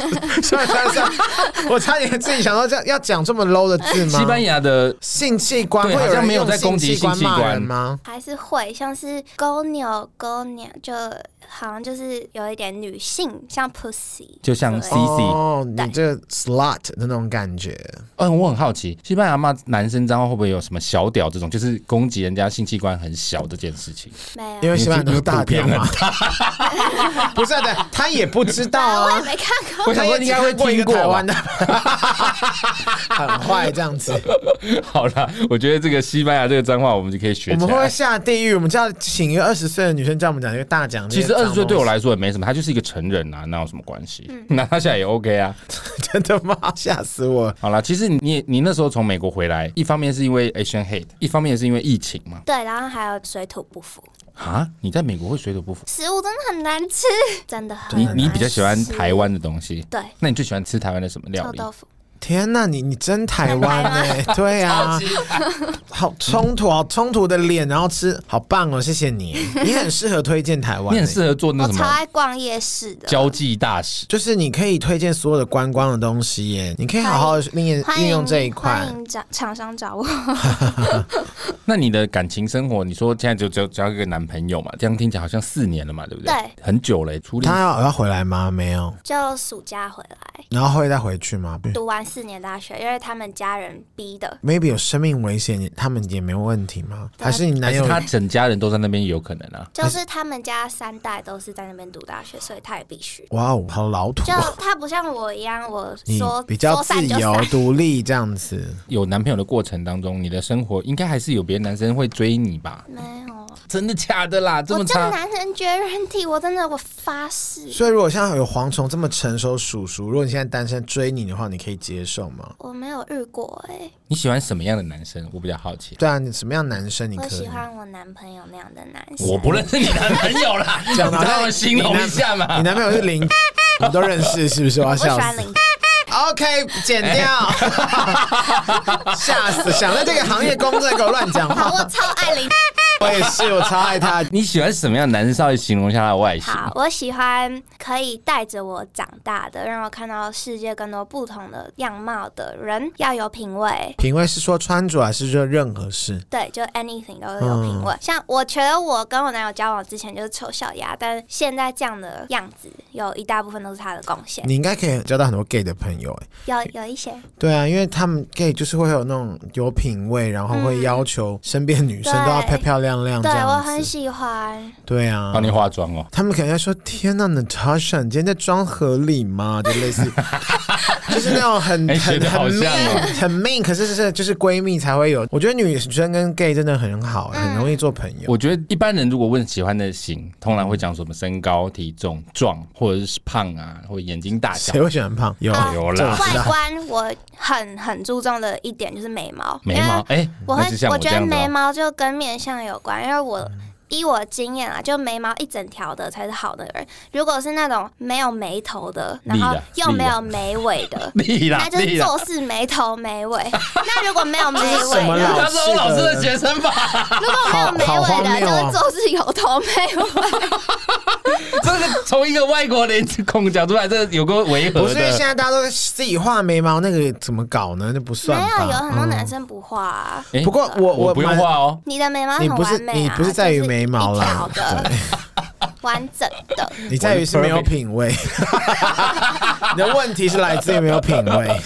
Speaker 2: 算了算了算了，我差点自己想到这样要讲这么 low 的字吗？
Speaker 1: 西班牙的
Speaker 2: 性器官
Speaker 1: 对
Speaker 2: 会有
Speaker 1: 好像
Speaker 2: 人
Speaker 1: 没有
Speaker 2: 用
Speaker 1: 在攻击
Speaker 2: 性器官
Speaker 1: 性器
Speaker 2: 骂
Speaker 1: 官
Speaker 2: 人吗？
Speaker 3: 还是会像是狗鸟狗鸟，就好像就是有一点女性，像 pussy，
Speaker 1: 就像
Speaker 3: 之类
Speaker 1: C
Speaker 3: 的
Speaker 1: CC
Speaker 2: 哦，你这个 slut 的那种感觉，
Speaker 1: 嗯，我很好奇，西班牙骂男生脏话会不会有什么小屌这种，就是攻击人家性器官很小这件事情？
Speaker 3: 没有
Speaker 2: 因，为西班牙都 是大
Speaker 1: 你
Speaker 2: 屌
Speaker 1: 是不
Speaker 2: 嘛， 不是的，他也不知道
Speaker 3: 我也
Speaker 2: 啊。
Speaker 3: 没看过。
Speaker 1: 我想说应该会
Speaker 2: 过一
Speaker 1: 听
Speaker 2: 个
Speaker 1: 过
Speaker 2: 台
Speaker 1: 吧
Speaker 2: 湾。的， 很坏这样子。
Speaker 1: 好啦，我觉得这个西班牙这个脏话我们就可以学
Speaker 2: 我
Speaker 1: 起
Speaker 2: 们会不会
Speaker 1: 来。
Speaker 2: 下地狱？我们就要请一个二十岁的女生教我们讲一个大奖。
Speaker 1: 其实二十岁对我
Speaker 2: 来
Speaker 1: 来说也没什么，他就是一个成人啊，哪有什么关系？
Speaker 3: 嗯
Speaker 1: 那他现在也 OK 啊。
Speaker 2: 真的吗？吓死我！
Speaker 1: 好啦，其实你也你那时候从美国回来，一方面是因为 Asian hate，一方面也是因为疫情嘛。
Speaker 3: 对，然后还有水土不服，
Speaker 1: 啊，你在美国会水土不服？
Speaker 3: 食物真的很难吃，真的很
Speaker 1: 你
Speaker 3: 难
Speaker 1: 你比较喜欢
Speaker 3: 吃
Speaker 1: 台湾的东西，
Speaker 3: 对
Speaker 1: 那你最喜欢吃台湾的什么料
Speaker 3: 臭
Speaker 1: 理？
Speaker 3: 豆腐，
Speaker 2: 天呐，你你真台湾呢、对啊，好冲突，好冲突的脸，然后吃，好棒哦！谢谢你，你很适合推荐台湾、
Speaker 1: 你
Speaker 2: 欸
Speaker 1: 很。适合做那
Speaker 3: 我
Speaker 1: 什
Speaker 3: 哦超
Speaker 1: 么
Speaker 3: 爱逛夜市的。
Speaker 1: 交际大使。
Speaker 2: 就是你可以推荐所有的观光的东西耶，你可以好好利用
Speaker 3: 欢
Speaker 2: 利
Speaker 3: 迎
Speaker 2: 用这一块
Speaker 3: 欢。迎找厂商找我。
Speaker 1: 那你的感情生活，你说现在就只有交一个男朋友嘛？这样听起来好像四年了嘛，对不对？
Speaker 3: 对，
Speaker 1: 很久了、欸，初恋
Speaker 2: 他。要要回来吗？没有，
Speaker 3: 就暑假回来，
Speaker 2: 然后会再回去吗
Speaker 3: 读完四年大学，因为他们家人逼的，
Speaker 2: ？Maybe 有生命危险，他们也没问题吗？
Speaker 3: 啊
Speaker 2: 还是你男
Speaker 1: 还是
Speaker 2: 友？
Speaker 1: 他整家人都在那边，有可能啊。
Speaker 3: 就是他们家三代都是在那边读大学，所以他也必须。
Speaker 2: 哇哦，好老土
Speaker 3: 就
Speaker 2: 哦！
Speaker 3: 他不像我一样，我
Speaker 2: 你
Speaker 3: 说
Speaker 2: 比较
Speaker 3: 说
Speaker 2: 自
Speaker 3: 散就
Speaker 2: 由
Speaker 3: 散
Speaker 2: 独立这样子，
Speaker 1: 有男朋友的过程当中，你的生活应该还是有别的男生会追你吧？
Speaker 3: 没有，
Speaker 1: 真的假哦的啦？这
Speaker 3: 我
Speaker 1: 么
Speaker 3: 这个
Speaker 1: 差？
Speaker 3: 男人绝缘体，我真的我发誓，
Speaker 2: 所以如果像有蝗虫这么成熟叔叔，如果你现在单身追你的话，你可以接受吗？
Speaker 3: 我没有遇过哎、
Speaker 1: 你喜欢什么样的男生？我比较好奇。
Speaker 2: 对啊，你什么样的男生你
Speaker 3: 我
Speaker 2: 可以
Speaker 3: 喜？欢我男朋友那样的男
Speaker 1: 我
Speaker 3: 生。
Speaker 1: 不认识你男朋友 啦，你
Speaker 2: 讲得好
Speaker 1: 让
Speaker 2: 像
Speaker 1: 我形容一下
Speaker 2: 你
Speaker 1: 嘛。
Speaker 2: 男朋友是零，我们都认识是不是？我要
Speaker 3: 我喜
Speaker 2: 笑
Speaker 3: 欢
Speaker 2: 死。
Speaker 3: 零，
Speaker 2: OK，剪掉，
Speaker 1: 哎
Speaker 2: 吓死！想在这个行业工作，给我乱讲
Speaker 3: 好，
Speaker 2: 话。
Speaker 3: 我超 爱零。
Speaker 2: 我也是，我超爱他。
Speaker 1: 你喜欢什么样的男生？稍微形容一下他的外形。
Speaker 3: 好，我喜欢可以带着我长大的，让我看到世界更多不同的样貌的人，要有品味。
Speaker 2: 品味是说穿着还是说任何事？
Speaker 3: 对，就 anything 都是有
Speaker 1: 嗯
Speaker 3: 品味。像我觉得我跟我男友交往之前就是丑小鸭，但现在这样的样子，有一大部分都是他的贡献。
Speaker 2: 你应该可以交到很多 gay 的朋友、欸，
Speaker 3: 有有一些，
Speaker 2: 对啊，因为他们 gay 就是会有那种有品味，然后会要求身边女生都要漂漂亮亮这
Speaker 3: 对我
Speaker 2: 样
Speaker 3: 很
Speaker 2: 子。
Speaker 3: 喜欢。
Speaker 2: 对啊
Speaker 1: 帮，你化妆哦。
Speaker 2: 他们可能在说：“天呐，Natasha，你今天在装合理吗？”就类似， 就是那种很
Speaker 1: 哎学
Speaker 2: 很
Speaker 1: 得好
Speaker 2: 很
Speaker 1: 像
Speaker 2: mean
Speaker 1: 哦
Speaker 2: 很 mean，可是就是就是闺蜜才会有。我觉得女生跟 gay 真的很好，很容易做朋友。
Speaker 1: 我觉得一般人如果问喜欢的型，通常会讲什么身高、体重、壮，或者是胖啊，或者眼睛大小
Speaker 2: 谁。会喜欢胖？有
Speaker 1: 啊有啦
Speaker 3: 外观我很很注重的一点就是眉毛，
Speaker 1: 眉毛，哎、
Speaker 3: 我
Speaker 1: 那
Speaker 3: 会
Speaker 1: 是像
Speaker 3: 我
Speaker 1: 这
Speaker 3: 觉得
Speaker 1: 样子、
Speaker 3: 眉
Speaker 1: 哦。嗯
Speaker 3: 毛就跟面相有关，因为我。依我经验啊，就眉毛一整条的才是好的人。如果是那种没有眉头的，然后
Speaker 1: 立的
Speaker 3: 又没
Speaker 1: 立的，
Speaker 3: 有眉尾 的
Speaker 1: 立啦
Speaker 3: 那就是
Speaker 1: 立啦
Speaker 3: 做事没头没尾。 那如果没有眉
Speaker 2: 这是什么
Speaker 3: 尾
Speaker 2: 啦
Speaker 3: 的，
Speaker 1: 他是我老师的学生吧？
Speaker 3: 如果没有眉
Speaker 2: 好好荒
Speaker 3: 尾
Speaker 2: 谬
Speaker 3: 的，就
Speaker 2: 啊
Speaker 3: 是做事有头没尾。
Speaker 1: 这个从一个外国人孔讲出来，这有个违
Speaker 2: 不
Speaker 1: 和
Speaker 2: 是因为现
Speaker 1: 的。
Speaker 2: 在大家都自己画眉毛，那个怎么搞呢？那不
Speaker 3: 没
Speaker 2: 算吧。
Speaker 3: 有，有很多
Speaker 2: 嗯
Speaker 3: 男生不画、啊。
Speaker 1: 哎
Speaker 2: 不过我
Speaker 1: 我不用
Speaker 2: 蛮
Speaker 1: 画哦，
Speaker 3: 你的眉毛
Speaker 2: 你
Speaker 3: 很
Speaker 2: 不是
Speaker 3: 完美啊，
Speaker 2: 你不是在于
Speaker 3: 就
Speaker 2: 眉毛啦
Speaker 3: 一条的，完整的。
Speaker 2: 你在于是没有品味， 你的问题是来自于没有品 味。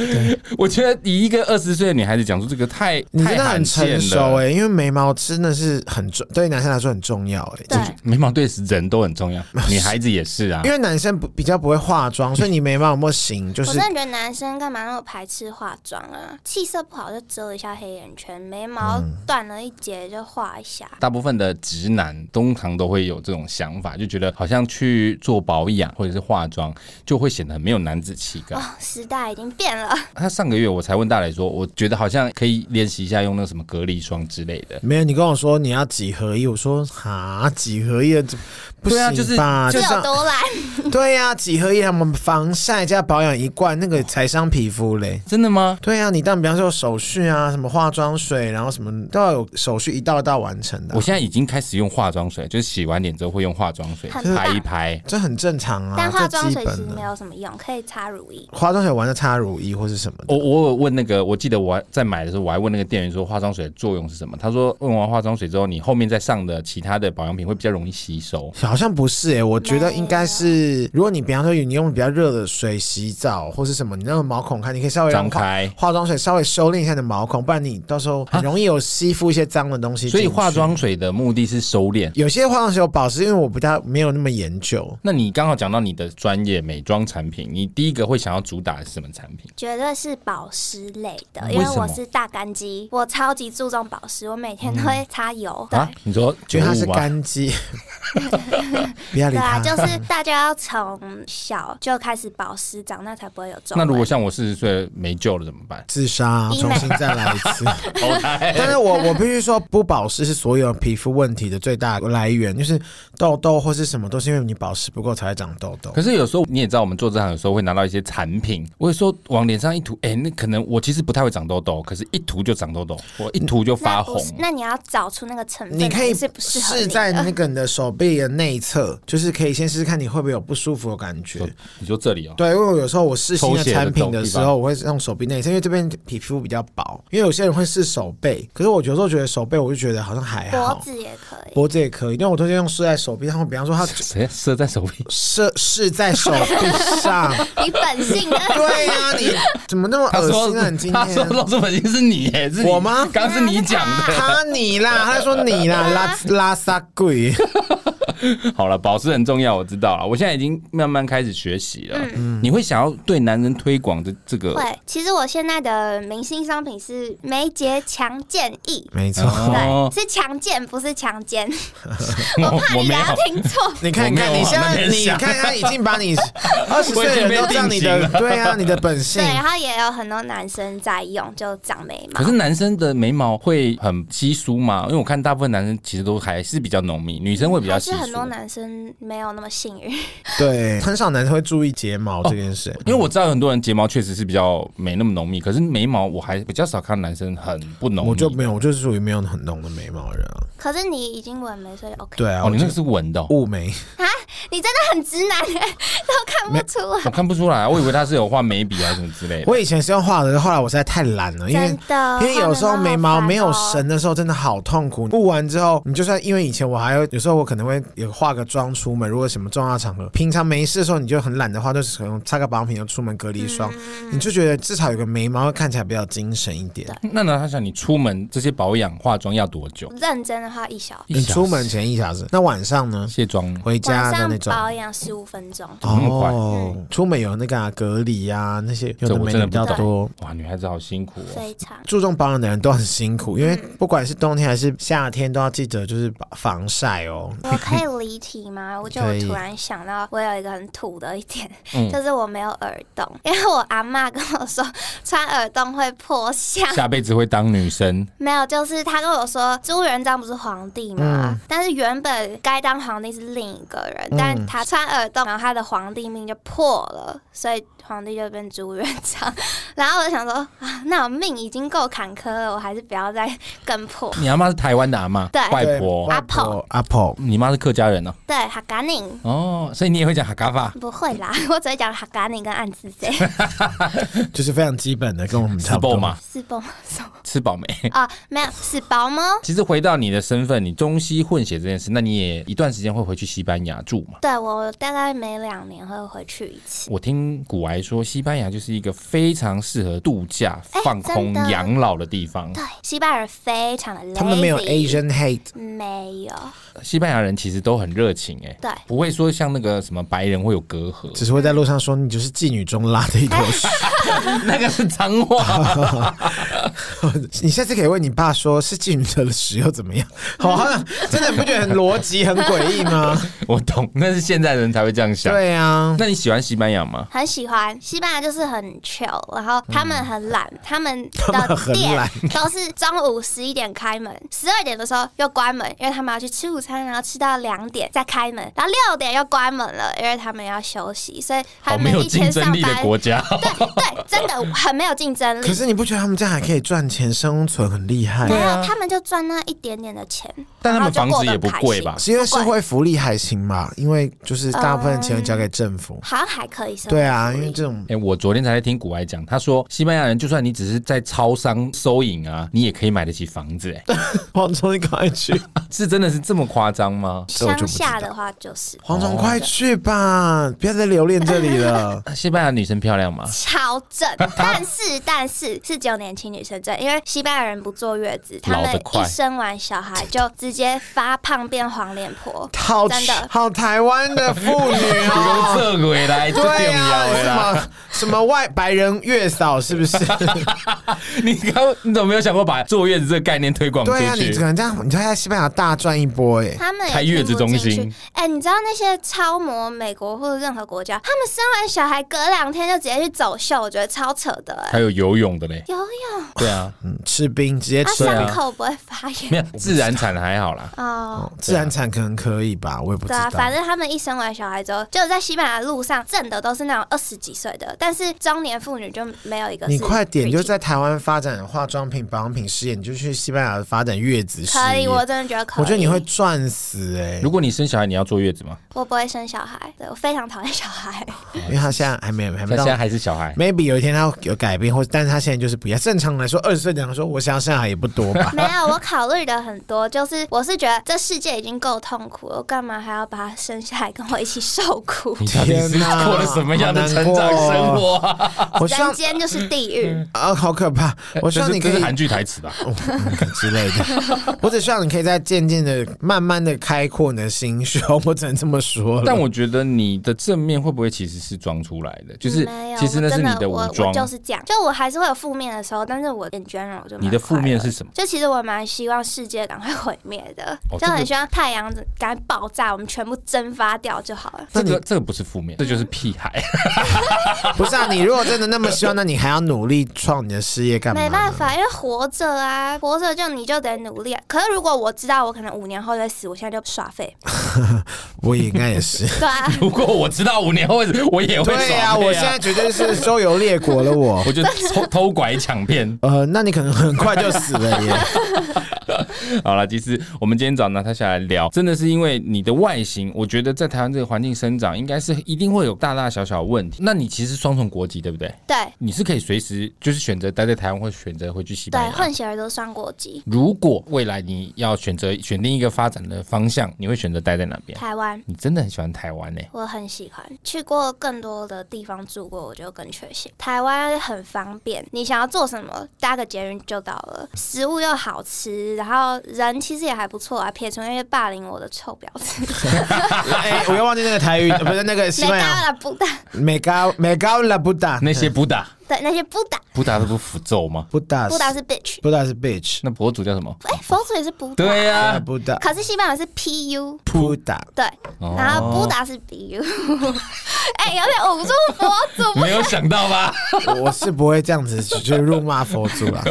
Speaker 1: 我觉得以一个二十岁的女孩子讲出这个太
Speaker 2: 你真的很成熟
Speaker 1: 哎、
Speaker 2: 哎、因为眉毛真的是很重，对于男生来说很重要哎、
Speaker 3: 对，
Speaker 1: 眉毛对人都很重 要，女孩子也是啊
Speaker 2: 因。为男生不比较不会化妆，所以你眉毛有没有型，就
Speaker 3: 我
Speaker 2: 是
Speaker 3: 真的觉得男生干嘛那么排斥化妆啊？气色不好就遮一下黑眼圈，眉毛
Speaker 2: 嗯
Speaker 3: 断了一截就画一下。
Speaker 1: 大部分的直男通常都会有这种想法，就觉得好像去做保养或者是化妆，就会显得很没有男子气概。
Speaker 3: 哦，时代已经变了，
Speaker 1: 他上个月我才问大磊说，我觉得好像可以练习一下用那个什么隔离霜之类的。
Speaker 2: 没有。你跟我说你要几合一，我说哈几合一的，这不
Speaker 1: 对啊就是
Speaker 2: 行吧？
Speaker 1: 就
Speaker 3: 自
Speaker 2: 这
Speaker 3: 有
Speaker 2: 样
Speaker 3: 多懒。
Speaker 2: 对呀、几合一他们防晒加保养一罐，那个才伤皮肤嘞。
Speaker 1: 真的吗？
Speaker 2: 对啊呀、你当然比方说有手续啊，什么化妆水，然后什么都要有手续一道一道完成的啊、
Speaker 1: 我现在已经开始用化妆水，就是洗完脸之后会用化妆水
Speaker 3: 很
Speaker 1: 拍一拍。
Speaker 2: 这很正常啊，
Speaker 3: 但化妆水
Speaker 2: 这
Speaker 3: 其
Speaker 2: 基
Speaker 3: 实
Speaker 2: 本
Speaker 3: 没
Speaker 2: 的。
Speaker 3: 有什么用，可以擦乳液。
Speaker 2: 化妆水玩的擦乳液或是什么的，
Speaker 1: 我我有问那个，我记得我还在买的时候，我还问那个店员说化妆水的作用是什么？他说用完化妆水之后，你后面再上的其他的保养品会比较容易吸收。
Speaker 2: 好像不是诶、欸
Speaker 3: 啊
Speaker 2: 我觉得应该是，如果你比方说你用比较热的水洗澡或是什么，你那个毛孔看，你可以稍微让
Speaker 1: 张
Speaker 2: 化
Speaker 1: 开
Speaker 2: 化妆水稍微收敛一下你的毛孔，不然你到时候很容易有吸附一些脏的东西进去。
Speaker 1: 所以化妆水的目的是收敛。
Speaker 2: 有些化妆水有保湿，因为我不太没有那么研究。
Speaker 1: 那你刚好讲到你的专业美妆产品，你第一个会想要主打的是什么产品？
Speaker 3: 绝对是保湿类的，
Speaker 1: 嗯为
Speaker 3: 因为
Speaker 1: 什
Speaker 3: 我
Speaker 1: 么
Speaker 3: 是大干肌，我超级注重保湿，我每天都会擦油。
Speaker 1: 嗯
Speaker 3: 对
Speaker 1: 啊，你说
Speaker 2: 觉
Speaker 1: 觉
Speaker 2: 得它是
Speaker 1: 悟吗？
Speaker 2: 干 肌， 不要理
Speaker 3: 对啊，
Speaker 2: 他。？
Speaker 3: 就是大家要从小就开始保湿，长大才不会有皱
Speaker 1: 那
Speaker 3: 纹。
Speaker 1: 如果像我四十岁没救了怎么办
Speaker 2: 自杀，啊
Speaker 3: 医美
Speaker 2: 重新再来一 次。
Speaker 1: 投胎？
Speaker 2: 但是我我必须说，不保湿是所有皮肤问题的最大来源，就是痘痘或是什么，都是因为你保湿不够才会长痘痘
Speaker 1: 可。是有时候你也知道，我们做这行有时候会拿到一些产品，我有时候往脸上一涂，哎、那可能我其实不太会长痘痘，可是一涂就长痘痘，
Speaker 2: 嗯
Speaker 1: 我一涂就发
Speaker 3: 那
Speaker 1: 红
Speaker 3: 不。是那你要找出那个成分，
Speaker 2: 你可以
Speaker 3: 是不适合
Speaker 2: 试
Speaker 3: 你
Speaker 2: 在
Speaker 3: 的
Speaker 2: 那个你的手臂的内侧，就是可以先试试看你会不会有不舒服的感觉
Speaker 1: 就。你说这里哦、
Speaker 2: 对，因为我有时候我试新的产品的
Speaker 1: 抽
Speaker 2: 时
Speaker 1: 血的地
Speaker 2: 候，
Speaker 1: 方
Speaker 2: 我会用手臂内侧，因为这边皮肤比较薄。因为有些人会试手背，可是我有时候觉得手背，我就觉得好像还
Speaker 3: 脖
Speaker 2: 好，
Speaker 3: 子也可以。
Speaker 2: 脖子也可以。因为我都是用试在手臂，然后比方说它
Speaker 1: 谁射在手臂？
Speaker 2: 射试在手臂上，？
Speaker 3: 你本 性呢
Speaker 2: 对呀、你 怎么那么
Speaker 1: 他
Speaker 2: 恶
Speaker 1: 说
Speaker 2: 心啊？你今
Speaker 1: 他说
Speaker 2: 天
Speaker 1: 露出本性是你耶，是你
Speaker 2: 我吗
Speaker 1: 刚是你讲的。
Speaker 2: 他你啦，他说 你啦，拉拉萨鬼，
Speaker 1: 好了，保湿很重要，我知道了。我现在已经慢慢开始学习了。你会想要对男人推广的这个？
Speaker 3: 嗯会，其实我现在的明星商品是梅杰强健益，
Speaker 2: 没错。
Speaker 1: 哦
Speaker 3: 对，是强健，不是强奸。
Speaker 1: 我
Speaker 3: 怕
Speaker 1: 我
Speaker 3: 你
Speaker 1: 没有
Speaker 3: 大家 听错，
Speaker 2: 你看
Speaker 1: 我没有
Speaker 2: 看，
Speaker 1: 往
Speaker 2: 你现
Speaker 1: 那
Speaker 2: 在
Speaker 1: 边
Speaker 2: 你
Speaker 1: 想
Speaker 2: 看他已经把 你二十岁的人都知道你
Speaker 1: 我已经被
Speaker 2: 的
Speaker 1: 定型，
Speaker 2: 对啊，你的本性
Speaker 3: 对，。然后也有很多男生在用，就长眉毛
Speaker 1: 可。是男生的眉毛会很稀疏吗？因为我看大部分男生其实都还是比较浓密，女生会比较
Speaker 3: 还
Speaker 1: 稀
Speaker 3: 是
Speaker 1: 疏。
Speaker 3: 很多男生没有那么幸运，
Speaker 2: 对，很少男生会注意睫毛这件事。
Speaker 1: 因为我知道很多人睫毛确实是比较没那么浓密，可是眉毛我还比较少看男生很不浓密。
Speaker 2: 我就没有，我就是属于没有很浓的眉毛的人啊。
Speaker 3: 可是你已经纹眉，所以 OK。
Speaker 2: 对啊，
Speaker 1: 哦，
Speaker 2: 我
Speaker 1: 你
Speaker 2: 就
Speaker 1: 那个是纹的、哦，
Speaker 2: 雾眉，
Speaker 3: 你真的很直男、都看不出来
Speaker 1: 我。看不出来啊，我以为他是有画眉笔还是什么之类的。
Speaker 2: 我以前是用画的，后来我实在太懒了，因为
Speaker 3: 真的，
Speaker 2: 因为有时候眉毛
Speaker 3: 哦
Speaker 2: 没有神的时候，真的好痛苦。不完之后，你就算因为以前我还有，有时候我可能会也化个妆出门，如果什么重要场合，平常没事的时候你就很懒的话，就是可能擦个保养品就出门隔离霜，你就觉得至少有个眉毛会看起来比较精神一点。
Speaker 1: 那呢，他想你出门这些保养化妆要多久？
Speaker 3: 认真的话一小
Speaker 1: 一
Speaker 2: 你
Speaker 1: 小时
Speaker 2: 出门前一小时，那晚上呢？
Speaker 1: 卸妆
Speaker 2: 回
Speaker 3: 晚
Speaker 2: 家的那
Speaker 3: 上
Speaker 2: 种。
Speaker 3: 保养十五分钟。
Speaker 1: 那么快
Speaker 2: 哦，出门有那个、啊、隔离啊，那些有
Speaker 1: 这
Speaker 2: 的
Speaker 1: 我
Speaker 2: 没
Speaker 1: 真的
Speaker 2: 比较
Speaker 1: 不懂
Speaker 2: 多。
Speaker 1: 哇，女孩子好辛苦哦。
Speaker 3: 非 常，
Speaker 2: 注重保养的人都很辛苦，因为不管是冬天还是夏天，都要记得就是防晒哦。
Speaker 3: 我可以离题吗？我就
Speaker 2: 可以
Speaker 3: 突然想到，我有一个很土的一点，
Speaker 1: 嗯
Speaker 3: 就是我没有耳洞，因为我阿妈跟我说穿耳洞会 破相。
Speaker 1: 下辈子会当女生，
Speaker 3: 没有，就是他跟我说朱元璋不是皇帝吗？
Speaker 2: 嗯
Speaker 3: 但是原本该当皇帝是另一个人，
Speaker 2: 嗯
Speaker 3: 但他穿耳洞，然后他的皇帝命就破了，所以皇帝就变朱元璋。然后我就想说啊，那我命已经够坎坷了，我还是不要再 更破。
Speaker 1: 你阿妈是台湾的阿妈，
Speaker 3: 对
Speaker 1: 外婆，
Speaker 2: 外婆，Apple，
Speaker 1: 你妈是客家人哦呢、
Speaker 3: 对，哈嘎宁。
Speaker 1: 哦，所以你也会讲哈嘎发。
Speaker 3: 不会啦，我只会讲哈嘎宁跟暗 自 Z
Speaker 2: 就是非常基本的，跟我们差
Speaker 1: 吃 饱
Speaker 2: 不多
Speaker 1: 嘛，，
Speaker 3: 是包什么
Speaker 1: 吃饱没？
Speaker 3: 啊？没有是包吗？
Speaker 1: 其实回到你的身份，你中西混血这件事，那你也一段时间会回去西班牙住嘛？
Speaker 3: 对我大概每两年会回去一次。
Speaker 1: 我听古癌说，西班牙就是一个非常适合度假、
Speaker 3: 哎
Speaker 1: 放空、
Speaker 3: 真的
Speaker 1: 养老的地方。
Speaker 3: 对，西班牙人非常的 lazy，
Speaker 2: 他们没有 Asian hate，
Speaker 3: 没有，
Speaker 1: 西班牙人其实都很热情、哎，
Speaker 3: 对
Speaker 1: 不会说像那个什么白人会有隔 阂，
Speaker 2: 只是会在路上说你就是妓女中拉的一坨屎。
Speaker 1: 那个是脏话。
Speaker 2: 你下次可以问你爸说，是妓女者的屎又怎么样？ 好像真的不觉得很逻辑很诡异吗？
Speaker 1: 我懂，那是现在人才会这样想。
Speaker 2: 对啊，
Speaker 1: 那你喜欢西班牙吗？
Speaker 3: 很喜欢西班牙，就是很 chill，然后他们很懒，
Speaker 1: 嗯
Speaker 3: 他们
Speaker 2: 他们
Speaker 3: 的
Speaker 2: 很
Speaker 3: 店
Speaker 2: 懒
Speaker 3: 都是中午十一点开门，十二点的时候又关门，因为他们要去吃午餐，然后吃到两点再开门，然后六点又关门了，因为他们要休息，所以他
Speaker 1: 好哦没
Speaker 3: 们
Speaker 1: 有
Speaker 3: 一
Speaker 1: 竞
Speaker 3: 天上
Speaker 1: 争力的
Speaker 3: 班，
Speaker 1: 国家。
Speaker 3: 对对，真的很没有竞争
Speaker 2: 可
Speaker 3: 力。
Speaker 2: 是你不觉得他们这样还可以赚钱生存，很厉害？
Speaker 1: 对啊
Speaker 3: 然后他们就赚那一点点的钱，
Speaker 1: 但他们
Speaker 3: 然后就
Speaker 1: 房
Speaker 3: 过
Speaker 1: 子
Speaker 3: 得
Speaker 1: 也不
Speaker 3: 很开
Speaker 1: 贵
Speaker 3: 心
Speaker 1: 吧
Speaker 2: 是因为社会福利还行吧？因为就是大部分钱都交给政府。
Speaker 1: 嗯
Speaker 3: 好像还可以生活。
Speaker 2: 对啊，因为这种
Speaker 1: 哎、我昨天才在听古埃讲，他说西班牙人就算你只是在超商收银啊，你也可以买得起房子、哎，
Speaker 2: 黄忠，你赶快去，
Speaker 1: 是真的是这么夸张吗？
Speaker 2: 这我就不
Speaker 3: 乡
Speaker 2: 知
Speaker 3: 下
Speaker 2: 道。
Speaker 3: 的话就是
Speaker 2: 黄总，快去吧，不要再留恋这里了。
Speaker 1: 那啊西班牙女生漂亮吗？
Speaker 3: 超正，但是但是是只有年轻女生正，因为西班牙人不坐月子，他
Speaker 1: 老
Speaker 3: 们
Speaker 1: 得快
Speaker 3: 一生完小孩就直接发胖变黄脸 婆，
Speaker 2: 好
Speaker 3: 真的
Speaker 2: 好台湾的妇女
Speaker 1: 你
Speaker 2: 哦。
Speaker 1: 都这回来就
Speaker 2: 对
Speaker 1: 点
Speaker 2: 呀、
Speaker 1: 腰了啦。
Speaker 2: 啊，什么 什么外白人月嫂是 不是？
Speaker 1: 你刚你怎么没有想过把坐月子这个概念推广出
Speaker 2: 对呀、啊，你可
Speaker 1: 去？
Speaker 2: 能这样，你就在西班牙大赚一波哎、
Speaker 3: 他们也
Speaker 1: 开月子中
Speaker 3: 听不进
Speaker 1: 心
Speaker 3: 去。哎、你知道那些超模，美国或者任何国家，他们生完小孩隔两天就直接去走秀，我觉得超扯的哎、
Speaker 1: 还有游泳的嘞，
Speaker 3: 游泳，
Speaker 1: 对啊，
Speaker 2: 嗯，吃冰直接
Speaker 3: 他、
Speaker 2: 吃、
Speaker 1: 对啊
Speaker 3: 伤口不会发炎
Speaker 1: 没有自然产还好啦。
Speaker 3: 哦。
Speaker 2: 自然产可能可以吧，我也不知
Speaker 3: 对
Speaker 2: 道。
Speaker 3: 啊，反正他们一生完小孩之后，就在西班牙路上挣的都是那种二十几岁的，但是中年妇女就没有一个是 pretty。
Speaker 2: 你快点，就在台湾发展化妆品、保养品事业，你就去西班牙发展月子事业。
Speaker 3: 可以，我真的觉得可以。
Speaker 2: 我觉得你会，赚死哎、
Speaker 1: 如果你生小孩，你要坐月子吗？
Speaker 3: 我不会生小孩，对我非常讨厌小孩。 。
Speaker 2: 因为他现在还没有还
Speaker 1: 那
Speaker 2: 没
Speaker 1: 现
Speaker 2: 到
Speaker 1: 在还是小孩，
Speaker 2: ，maybe 有一天他有改变，或但是他现在就是不要。正常来说，二十岁讲说我想要生小孩也不多吧
Speaker 3: 没有，我考虑的很多，就是我是觉得这世界已经够痛苦了，我干嘛还要把他生下来跟我一起受苦？
Speaker 1: 你到底是
Speaker 2: 天哪
Speaker 1: 过了什么样的成
Speaker 2: 好
Speaker 1: 长
Speaker 2: 难过
Speaker 1: 生活啊？
Speaker 2: 我希
Speaker 3: 人
Speaker 2: 望
Speaker 3: 间
Speaker 1: 嗯
Speaker 3: 就是地狱。
Speaker 2: 啊，好可怕！我
Speaker 1: 呃这
Speaker 2: 希望
Speaker 1: 是
Speaker 2: 你可
Speaker 1: 这是
Speaker 2: 以
Speaker 1: 韩剧台词吧？
Speaker 2: 哦嗯之类的。 我只希望你可以在渐渐的、慢慢的开阔你的心胸，我只能这么说了。
Speaker 1: 但我觉得你的正面会不会其实是装出来的？就是
Speaker 3: 嗯没有，
Speaker 1: 其实那是
Speaker 3: 我真
Speaker 1: 你
Speaker 3: 的
Speaker 1: 武
Speaker 3: 我
Speaker 1: 装
Speaker 3: 我，就是这样，就我还是会有负面的时候，但是我 in general 就蛮
Speaker 1: 你的负面
Speaker 3: 快乐
Speaker 1: 是什么？
Speaker 3: 就其实我蛮希望世界赶快毁灭的，
Speaker 1: 哦这
Speaker 3: 就
Speaker 1: 个
Speaker 3: 很希望太阳赶快爆炸，我们全部蒸发掉就好了。
Speaker 1: 这个这个不是负面，这就是屁孩。
Speaker 2: 不是啊，你如果真的那么希望，那你还要努力创你的事业干嘛？
Speaker 3: 没办，法，因为活着啊，活着就你就得努力、啊。可是如果我知道我可能五年后就会死，我现在就耍 废，
Speaker 2: 我也应该也是。
Speaker 3: 对啊，
Speaker 1: 如果我知道五年后啊我也 会
Speaker 2: 对
Speaker 1: 爽
Speaker 2: 呀、我现在绝对是周游列国了我。
Speaker 1: 我就偷偷拐抢骗。
Speaker 2: 呃，那你可能很快就死了耶。
Speaker 1: 好了，其实我们今天找娜塔下来聊，真的是因为你的外形，我觉得在台湾这个环境生长，应该是一定会有大大小小的问题。那你其实双重国籍，对不对？
Speaker 3: 对
Speaker 1: 你是可以随时就是选择待在台湾，或选择回去西班
Speaker 3: 对，
Speaker 1: 牙
Speaker 3: 混。血儿都算国籍，
Speaker 1: 如果未来你要选择选定一个发展的方向，你会选择待在哪边？
Speaker 3: 台湾。
Speaker 1: 你真的很喜欢台湾欸呢、
Speaker 3: 我很喜欢，去过更多的地方住过，我就更确信台湾很方便，你想要做什么，搭个捷运就到了，食物又好吃，然后人其实也还不错啊。撇除那些霸凌我的臭 婊子，
Speaker 2: 哎、我又忘记那个台语，呃不是那个西
Speaker 3: 没
Speaker 2: 班
Speaker 3: 到
Speaker 2: 牙。
Speaker 3: 了不打，
Speaker 2: 美高美高拉布达，
Speaker 1: 那些布达，
Speaker 3: 对那些不打，
Speaker 2: 啊
Speaker 1: 布达的不符咒吗？
Speaker 2: 布达
Speaker 3: 不打是 bitch，
Speaker 2: 布达是 bitch，
Speaker 1: 那博主叫什么？
Speaker 3: 哎、佛祖也是不打，
Speaker 1: 对呀、
Speaker 2: 拉布达
Speaker 3: 可是西班牙是 pu，
Speaker 2: 布达。
Speaker 3: 对，
Speaker 1: 哦
Speaker 3: 然后不打是 bu，哎、有点捂住佛祖，
Speaker 1: 没有想到 吧？
Speaker 2: 我是不会这样子就是辱骂佛祖 啦。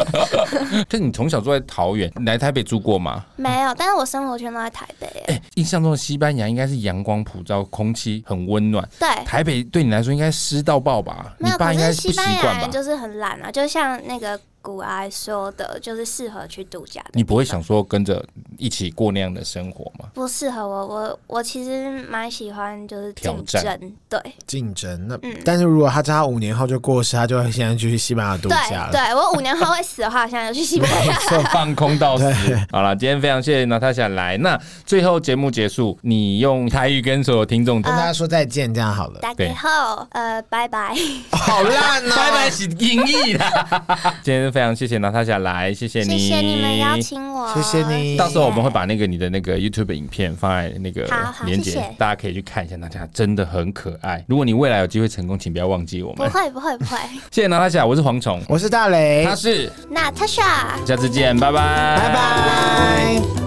Speaker 1: 就你从小住在桃园，你来台北住过吗？
Speaker 3: 没有，但是我生活圈都在台北、哎
Speaker 1: 哎、印象中的西班牙应该是阳光普照，空气很温暖。
Speaker 3: 对。
Speaker 1: 台北对你来说应该湿到爆吧？
Speaker 3: 没
Speaker 1: 你
Speaker 3: 有，
Speaker 1: 爸
Speaker 3: 可
Speaker 1: 应该
Speaker 3: 是
Speaker 1: 不
Speaker 3: 西
Speaker 1: 习
Speaker 3: 班牙
Speaker 1: 惯
Speaker 3: 人
Speaker 1: 吧？
Speaker 3: 就是很懒啊，就像那个古埃说的，就是适合去度假的，
Speaker 1: 你不会想说跟着一起过那样的生活吗？
Speaker 3: 不适合我。我我其实蛮喜欢就是
Speaker 1: 挑
Speaker 3: 竞
Speaker 1: 战
Speaker 3: 争，对
Speaker 2: 竞争。那、
Speaker 3: 嗯
Speaker 2: 但是如果他知道他五年后就过世，他就会现在就去西班牙度假
Speaker 3: 对
Speaker 2: 了。
Speaker 3: 对，我五年后会死的话，我现在就去西班牙。
Speaker 1: 放空到死。好了，今天非常谢谢娜塔莎来。那最后节目结束，你用台语跟所有听众
Speaker 2: 跟大家说再见，这样好了。
Speaker 3: 打给后，呃，拜拜。
Speaker 2: 好烂哦、
Speaker 1: 拜拜是音译啦。今天非常谢谢娜塔莎来，谢谢
Speaker 3: 谢
Speaker 1: 你，
Speaker 3: 谢你们邀。请我，
Speaker 2: 谢谢你。
Speaker 1: 到时候我们会把那个你的那个 YouTube 影片放在那个
Speaker 3: 好好
Speaker 1: 链接
Speaker 3: 谢谢，
Speaker 1: 大家可以去看一下。娜塔莎真的很可爱。如果你未来有机会成功，请不要忘记我
Speaker 3: 不哎
Speaker 1: 们。
Speaker 3: 会不会 不会。
Speaker 1: 谢谢娜塔莎，我是蝗虫，
Speaker 2: 我是大雷
Speaker 1: 他，是，
Speaker 3: 那 Tasha。
Speaker 1: 下次见，拜拜，
Speaker 2: 拜拜。